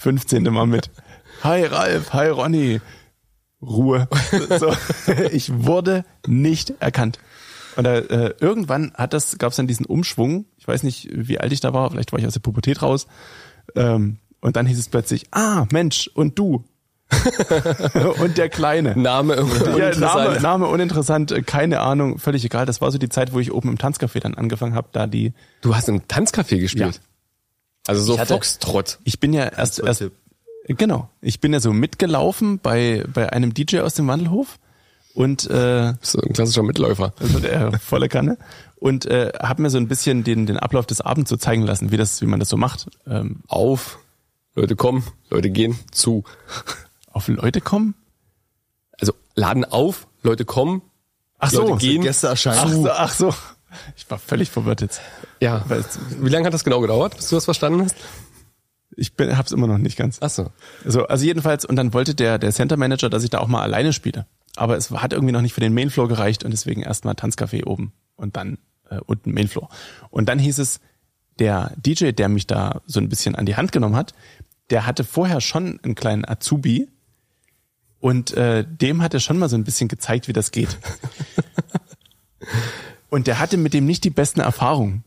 15. Mal mit. Hi Ralf, hi Ronny. Ruhe. So, ich wurde nicht erkannt. Und da, äh, irgendwann hat das, gab es dann diesen Umschwung. Ich weiß nicht, wie alt ich da war. Vielleicht war ich aus der Pubertät raus. Ähm, und dann hieß es plötzlich: Ah, Mensch und du und der Kleine.
Name irgendwie.
Ja, Name, Name uninteressant, äh, keine Ahnung, völlig egal. Das war so die Zeit, wo ich oben im Tanzcafé dann angefangen habe, da die.
Du hast im Tanzcafé gespielt.
Ja.
Also so
Ich hatte-
Foxtrott.
Ich bin ja erst, erst
Tipp.
genau, ich bin ja so mitgelaufen bei bei einem DJ aus dem Wandelhof und äh,
So ein klassischer Mitläufer.
also der volle Kanne und äh, habe mir so ein bisschen den den Ablauf des Abends so zeigen lassen, wie das, wie man das so macht. Ähm,
Auf. Leute kommen, Leute gehen, zu.
auf Leute kommen.
Also Laden auf, Leute kommen.
Ach
so,
Leute gehen.
Gäste erscheinen.
Ach so, ach so. Ich war völlig verwirrt jetzt.
Ja.
Weißt
Wie lange hat das genau gedauert, bis du das verstanden hast?
Ich bin, hab's immer noch nicht ganz.
Ach so.
So, also jedenfalls, und dann wollte der, der Center Manager, dass ich da auch mal alleine spiele. Aber es hat irgendwie noch nicht für den Mainfloor gereicht und deswegen erstmal Tanzcafé oben und dann äh, unten Mainfloor. Und dann hieß es, der DJ, der mich da so ein bisschen an die Hand genommen hat, der hatte vorher schon einen kleinen Azubi und äh, dem hat er schon mal so ein bisschen gezeigt, wie das geht. und der hatte mit dem nicht die besten Erfahrungen.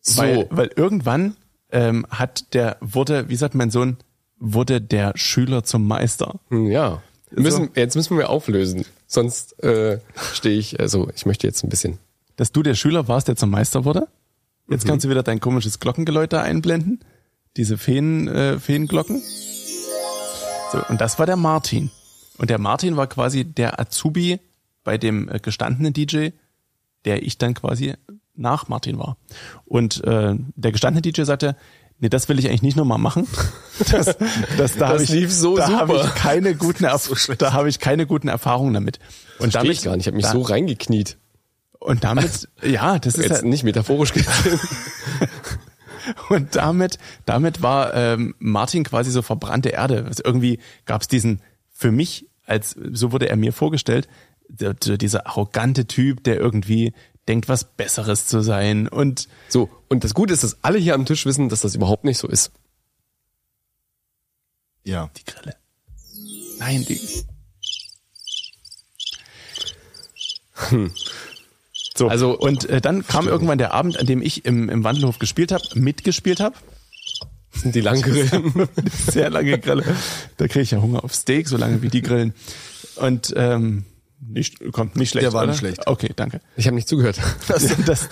So.
Weil, weil irgendwann ähm, hat der, wurde, wie sagt mein Sohn, wurde der Schüler zum Meister.
Hm, Ja. Müssen, Jetzt müssen wir auflösen. Sonst äh, stehe ich, also ich möchte jetzt ein bisschen.
Dass du der Schüler warst, der zum Meister wurde. Jetzt
Mhm.
kannst du wieder dein komisches Glockengeläut da einblenden. Diese Feen, äh, Feenglocken. So, und das war der Martin. Und der Martin war quasi der Azubi bei dem äh, gestandenen DJ, der ich dann quasi nach Martin war. Und äh, der gestandene DJ sagte, nee, das will ich eigentlich nicht nochmal machen. Das, das, da
Das
habe ich,
lief so
da habe
super.
ich keine guten, Erf da habe ich keine guten Erfahrungen damit. Und
Verstehe
damit
ich gar nicht. Ich habe mich
da,
so reingekniet.
und damit, ja, das halt ist
Jetzt
ja,
nicht metaphorisch gesehen.
Und damit, damit war ähm, Martin quasi so verbrannte Erde. Also irgendwie gab es diesen, für mich, als so wurde er mir vorgestellt, der, der, dieser arrogante Typ, der irgendwie denkt, was Besseres zu sein. Und
So, und das Gute ist, dass alle hier am Tisch wissen, dass das überhaupt nicht so ist.
Ja.
die Grille. Nein, die. So, also,
Also-
und äh, dann kam irgendwann der Abend, an dem ich im, im Wandelhof gespielt habe, mitgespielt habe.
Das sind die Langgrillen.
sehr lange Grille. Da kriege ich ja Hunger auf Steak, so lange wie die grillen. Und ähm, nicht, kommt nicht schlecht.
Der war
oder?
nicht schlecht.
Okay, danke.
Ich habe nicht zugehört.
Das, das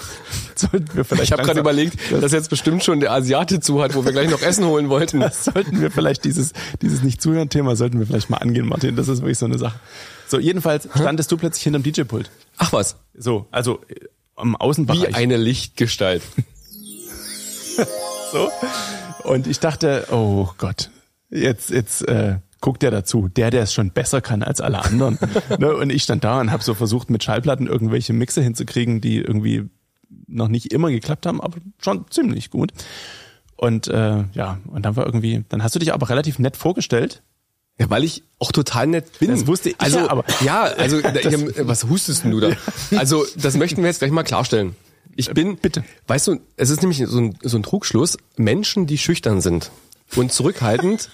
sollten wir vielleicht
Ich habe
langsam-
gerade überlegt, dass jetzt bestimmt schon der Asiate zu hat, wo wir gleich noch Essen holen wollten.
Das sollten wir vielleicht dieses, dieses Nicht-Zuhören-Thema sollten wir vielleicht mal angehen, Martin. Das ist wirklich so eine Sache. So, jedenfalls standest du plötzlich hinterm DJ-Pult.
Ach was,
So, also äh, am
wie
Außenbereich.
eine Lichtgestalt.
so. Und ich dachte, oh Gott, jetzt, jetzt äh, guckt der dazu, der, der es schon besser kann als alle anderen. ne? Und ich stand da und habe so versucht, mit Schallplatten irgendwelche Mixe hinzukriegen, die irgendwie noch nicht immer geklappt haben, aber schon ziemlich gut. Und äh, ja, und dann war irgendwie, dann hast du dich aber relativ nett vorgestellt.
Ja, weil ich auch total nett bin.
Das wusste ich
also,
ja, aber-
Ja, also, ja, was hustest denn du da? Also, das möchten wir jetzt gleich mal klarstellen. Ich bin,
bitte.
weißt du, es ist nämlich so ein, so ein Trugschluss, Menschen, die schüchtern sind und zurückhaltend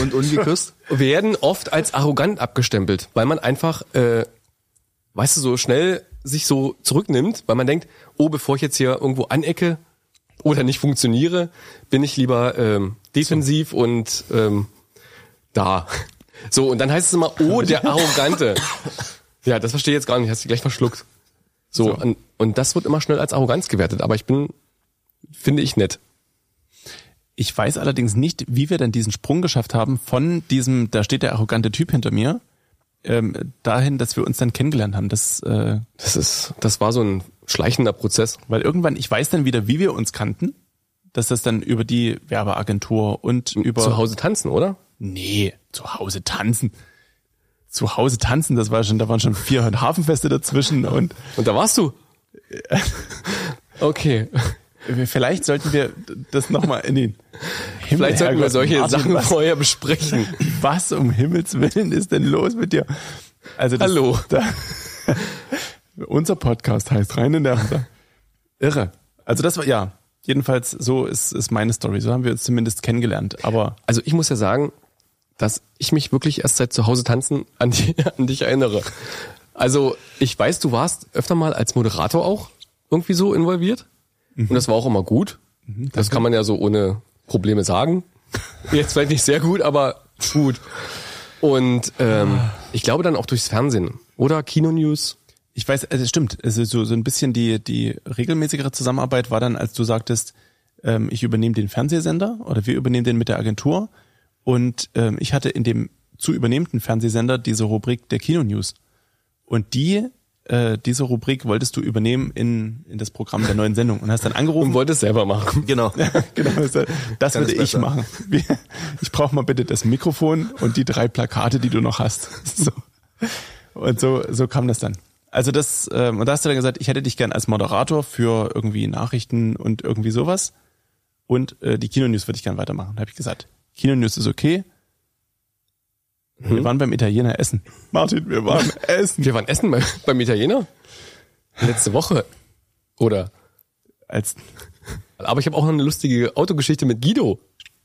Und ungeküsst?
werden oft als arrogant abgestempelt, weil man einfach, äh, weißt du, so schnell sich so zurücknimmt, weil man denkt, oh, bevor ich jetzt hier irgendwo anecke oder nicht funktioniere, bin ich lieber ähm, defensiv und ähm, da. So, und dann heißt es immer, oh, der Arrogante. Ja, das verstehe ich jetzt gar nicht, hast du gleich verschluckt. So, Und, und das wird immer schnell als Arroganz gewertet, aber ich bin, finde ich nett.
Ich weiß allerdings nicht, wie wir denn diesen Sprung geschafft haben von diesem, da steht der arrogante Typ hinter mir, ähm, dahin, dass wir uns dann kennengelernt haben. Das äh,
Das ist, das war so ein schleichender Prozess.
Weil irgendwann, ich weiß dann wieder, wie wir uns kannten, dass das dann über die Werbeagentur und über...
Zu Hause tanzen, oder?
Nee, zu Hause tanzen. Zu Hause tanzen, das war schon, da waren schon vier Hafenfeste dazwischen und
Und da warst du. Okay.
vielleicht sollten wir das nochmal in den Himmel
Vielleicht sollten wir
Herrgott,
solche
Martin,
Sachen
Was,
vorher besprechen.
was um Himmels Willen ist denn los mit dir? Also das,
Hallo.
Da, unser Podcast heißt Rein in der Hose. Irre. Also das war, ja, jedenfalls so ist, ist meine Story. So haben wir uns zumindest kennengelernt. Aber
Also ich muss ja sagen, dass ich mich wirklich erst seit zu Hause tanzen an, die, an dich erinnere. Also ich weiß, du warst öfter mal als Moderator auch irgendwie so involviert. Und das war auch immer gut. das kann man ja so ohne Probleme sagen. Jetzt vielleicht nicht sehr gut, aber gut. Und ähm, ich glaube dann auch durchs Fernsehen oder Kinonews.
Ich weiß, also stimmt, es ist so, so ein bisschen die, die regelmäßigere Zusammenarbeit war dann, als du sagtest, ähm, ich übernehme den Fernsehsender oder wir übernehmen den mit der Agentur. Und ähm, ich hatte in dem zu übernehmenden Fernsehsender diese Rubrik der Kinonews. Und die, äh, diese Rubrik wolltest du übernehmen in, in das Programm der neuen Sendung und hast dann angerufen.
Und wollte es selber machen.
Genau.
genau, das das würde ich
besser.
machen. Wir- Ich brauche mal bitte das Mikrofon und die drei Plakate, die du noch hast. So. Und so, so kam das dann. Also das, ähm, und da hast du dann gesagt, ich hätte dich gern als Moderator für irgendwie Nachrichten und irgendwie sowas. Und äh, die Kinonews würde ich gern weitermachen. Da habe ich gesagt, Kinonews ist okay. Wir waren beim Italiener essen. Hm? Martin, wir waren essen.
Wir waren essen beim, beim Italiener. Letzte Woche. Oder?
Als,
Aber ich habe auch noch eine lustige Autogeschichte mit Guido.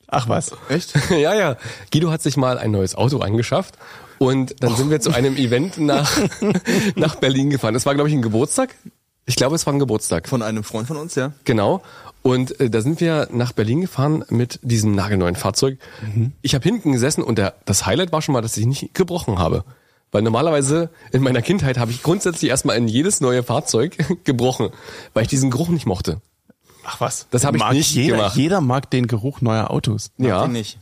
ach was.
Echt?
ja, ja. Guido hat sich mal ein neues Auto angeschafft. Und dann sind wir zu einem Event nach, nach Berlin gefahren. Das war, glaube ich, ein Geburtstag. Ich glaube, es war ein Geburtstag.
Von einem Freund von uns, ja.
Genau. Und äh, da sind wir nach Berlin gefahren mit diesem nagelneuen Fahrzeug. Ich habe hinten gesessen und der, das Highlight war schon mal, dass ich nicht gebrochen habe. Weil normalerweise in meiner Kindheit habe ich grundsätzlich erstmal in jedes neue Fahrzeug gebrochen, weil ich diesen Geruch nicht mochte.
Ach was.
Das habe ich
Mag
nicht
jeder,
gemacht.
Jeder mag den Geruch neuer Autos.
Ja,
Den nicht.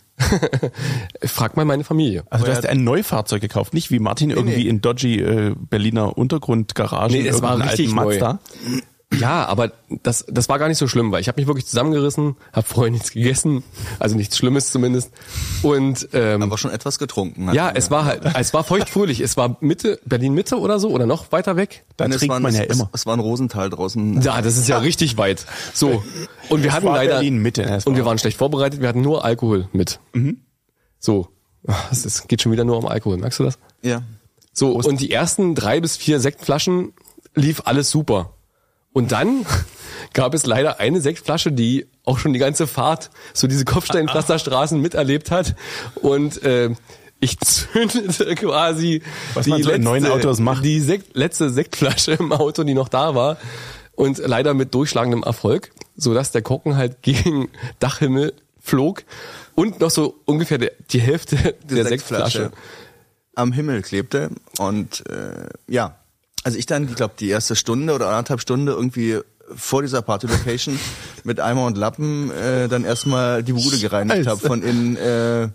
frag mal meine Familie.
Also du
Euer-
hast ein Neufahrzeug gekauft, nicht wie Martin irgendwie in dodgy äh, Berliner Untergrundgaragen
Nee, es war
irgendeinen
richtig
alten
neu.
Mazda.
Ja, aber das, das war gar nicht so schlimm, weil ich habe mich wirklich zusammengerissen, habe vorher nichts gegessen, also nichts Schlimmes zumindest. Und ähm,
Aber schon etwas getrunken. hat
ja,
man
es war halt, es war feuchtfröhlich. Es war Mitte, Berlin Mitte oder so oder noch weiter weg.
Da
es
trinkt
war ein-
man ja
es,
immer.
Es war ein Rosental draußen.
Ja, das ist ja richtig weit. So. Und wir hatten
war
leider.
Berlin Mitte, das
und wir
war- Mhm.
waren schlecht vorbereitet, wir hatten nur Alkohol mit. So. Ah, Es ist- geht schon wieder nur um Alkohol, merkst du das?
Ja.
So, und die ersten drei bis vier Sektflaschen lief alles super. Und dann gab es leider eine Sektflasche, die auch schon die ganze Fahrt so diese Kopfsteinpflasterstraßen miterlebt hat. Und äh, ich zündete quasi
Was
die
man so in
letzte,
neuen Autos macht.
die Sekt, letzte Sektflasche im Auto, die noch da war. Und leider mit durchschlagendem Erfolg, sodass der Korken halt gegen Dachhimmel flog und noch so ungefähr der- die Hälfte der
Sektflasche.
Sektflasche.
am Himmel klebte. Und äh, ja, also ich dann, ich glaube, die erste Stunde oder anderthalb Stunde irgendwie vor dieser Party-Location mit Eimer und Lappen äh, dann erstmal die Bude gereinigt habe von innen. Äh,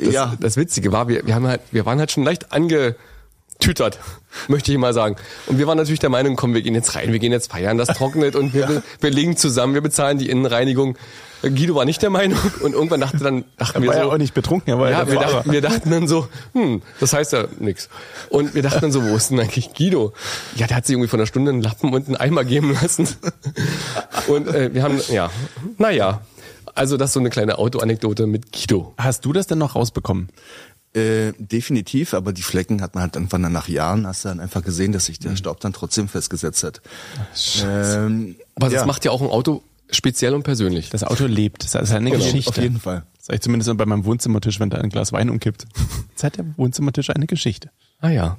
Das,
ja,
das Witzige war, wir, wir, haben halt, wir waren halt schon leicht angetütert, möchte ich mal sagen. Und wir waren natürlich der Meinung, komm, wir gehen jetzt rein, wir gehen jetzt feiern, das trocknet und wir, wir legen zusammen, wir bezahlen die Innenreinigung. Guido war nicht der Meinung und irgendwann dachte dann, dachten
Er
wir
war
so,
ja auch nicht betrunken, er war ja
ja,
der
wir
Fahrer.
dachten, wir dachten dann so, hm, das heißt ja nix. Und wir dachten dann so, wo ist denn eigentlich Guido? Ja, der hat sich irgendwie von einer Stunde einen Lappen und einen Eimer geben lassen. Und äh, wir haben, ja, naja. Also das ist so eine kleine Autoanekdote mit Guido.
Hast du das denn noch rausbekommen?
äh, definitiv, aber die Flecken hat man halt irgendwann dann nach Jahren, hast du dann einfach gesehen, dass
Mhm.
sich der Staub dann trotzdem festgesetzt hat. Ähm,
Aber das
ja,
macht ja auch ein Auto speziell und persönlich.
Das Auto lebt. Das ist eine
Genau,
auf jeden-
Geschichte.
Auf jeden Fall.
Sag ich zumindest bei meinem Wohnzimmertisch, wenn da ein Glas Wein umkippt. Jetzt hat der Wohnzimmertisch eine Geschichte.
Ah ja.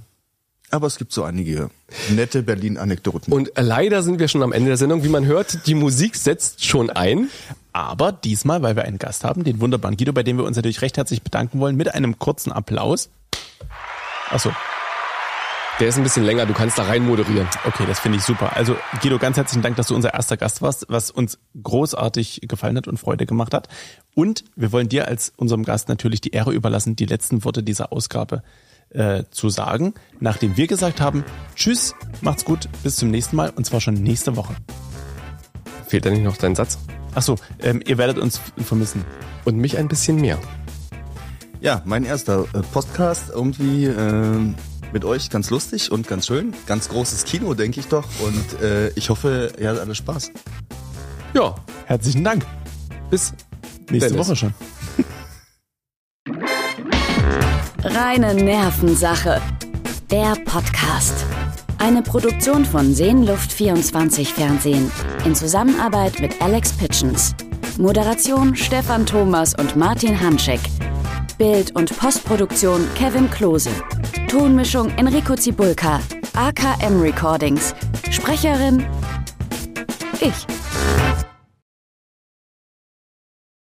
Aber es gibt so einige nette Berlin-Anekdoten.
Und äh, leider sind wir schon am Ende der Sendung. Wie man hört, die Musik setzt schon ein.
Aber diesmal, weil wir einen Gast haben, den wunderbaren Guido, bei dem wir uns natürlich recht herzlich bedanken wollen, mit einem kurzen Applaus. Achso,
Der ist ein bisschen länger, du kannst da rein moderieren.
okay, das finde ich super. Also Guido, ganz herzlichen Dank, dass du unser erster Gast warst, was uns großartig gefallen hat und Freude gemacht hat. Und wir wollen dir als unserem Gast natürlich die Ehre überlassen, die letzten Worte dieser Ausgabe äh, zu sagen, nachdem wir gesagt haben, tschüss, macht's gut, bis zum nächsten Mal und zwar schon nächste Woche.
Fehlt da nicht noch dein Satz?
Achso, ähm, ihr werdet uns vermissen.
Und mich ein bisschen mehr.
Ja, mein erster äh, Podcast irgendwie ähm, mit euch ganz lustig und ganz schön. Ganz großes Kino, denke ich doch. Und äh, ich hoffe, ihr hattet alle Spaß.
Ja,
Herzlichen Dank.
bis
Nächste
Dennis.
Woche schon.
Reine Nervensache. Der Podcast. Eine Produktion von Seenluft 24 Fernsehen in Zusammenarbeit mit Alex Pitchens. Moderation Stefan Thomas und Martin Hanschek. Bild- und Postproduktion Kevin Klose. Tonmischung Enrico Zibulka. AKM Recordings. Sprecherin ich.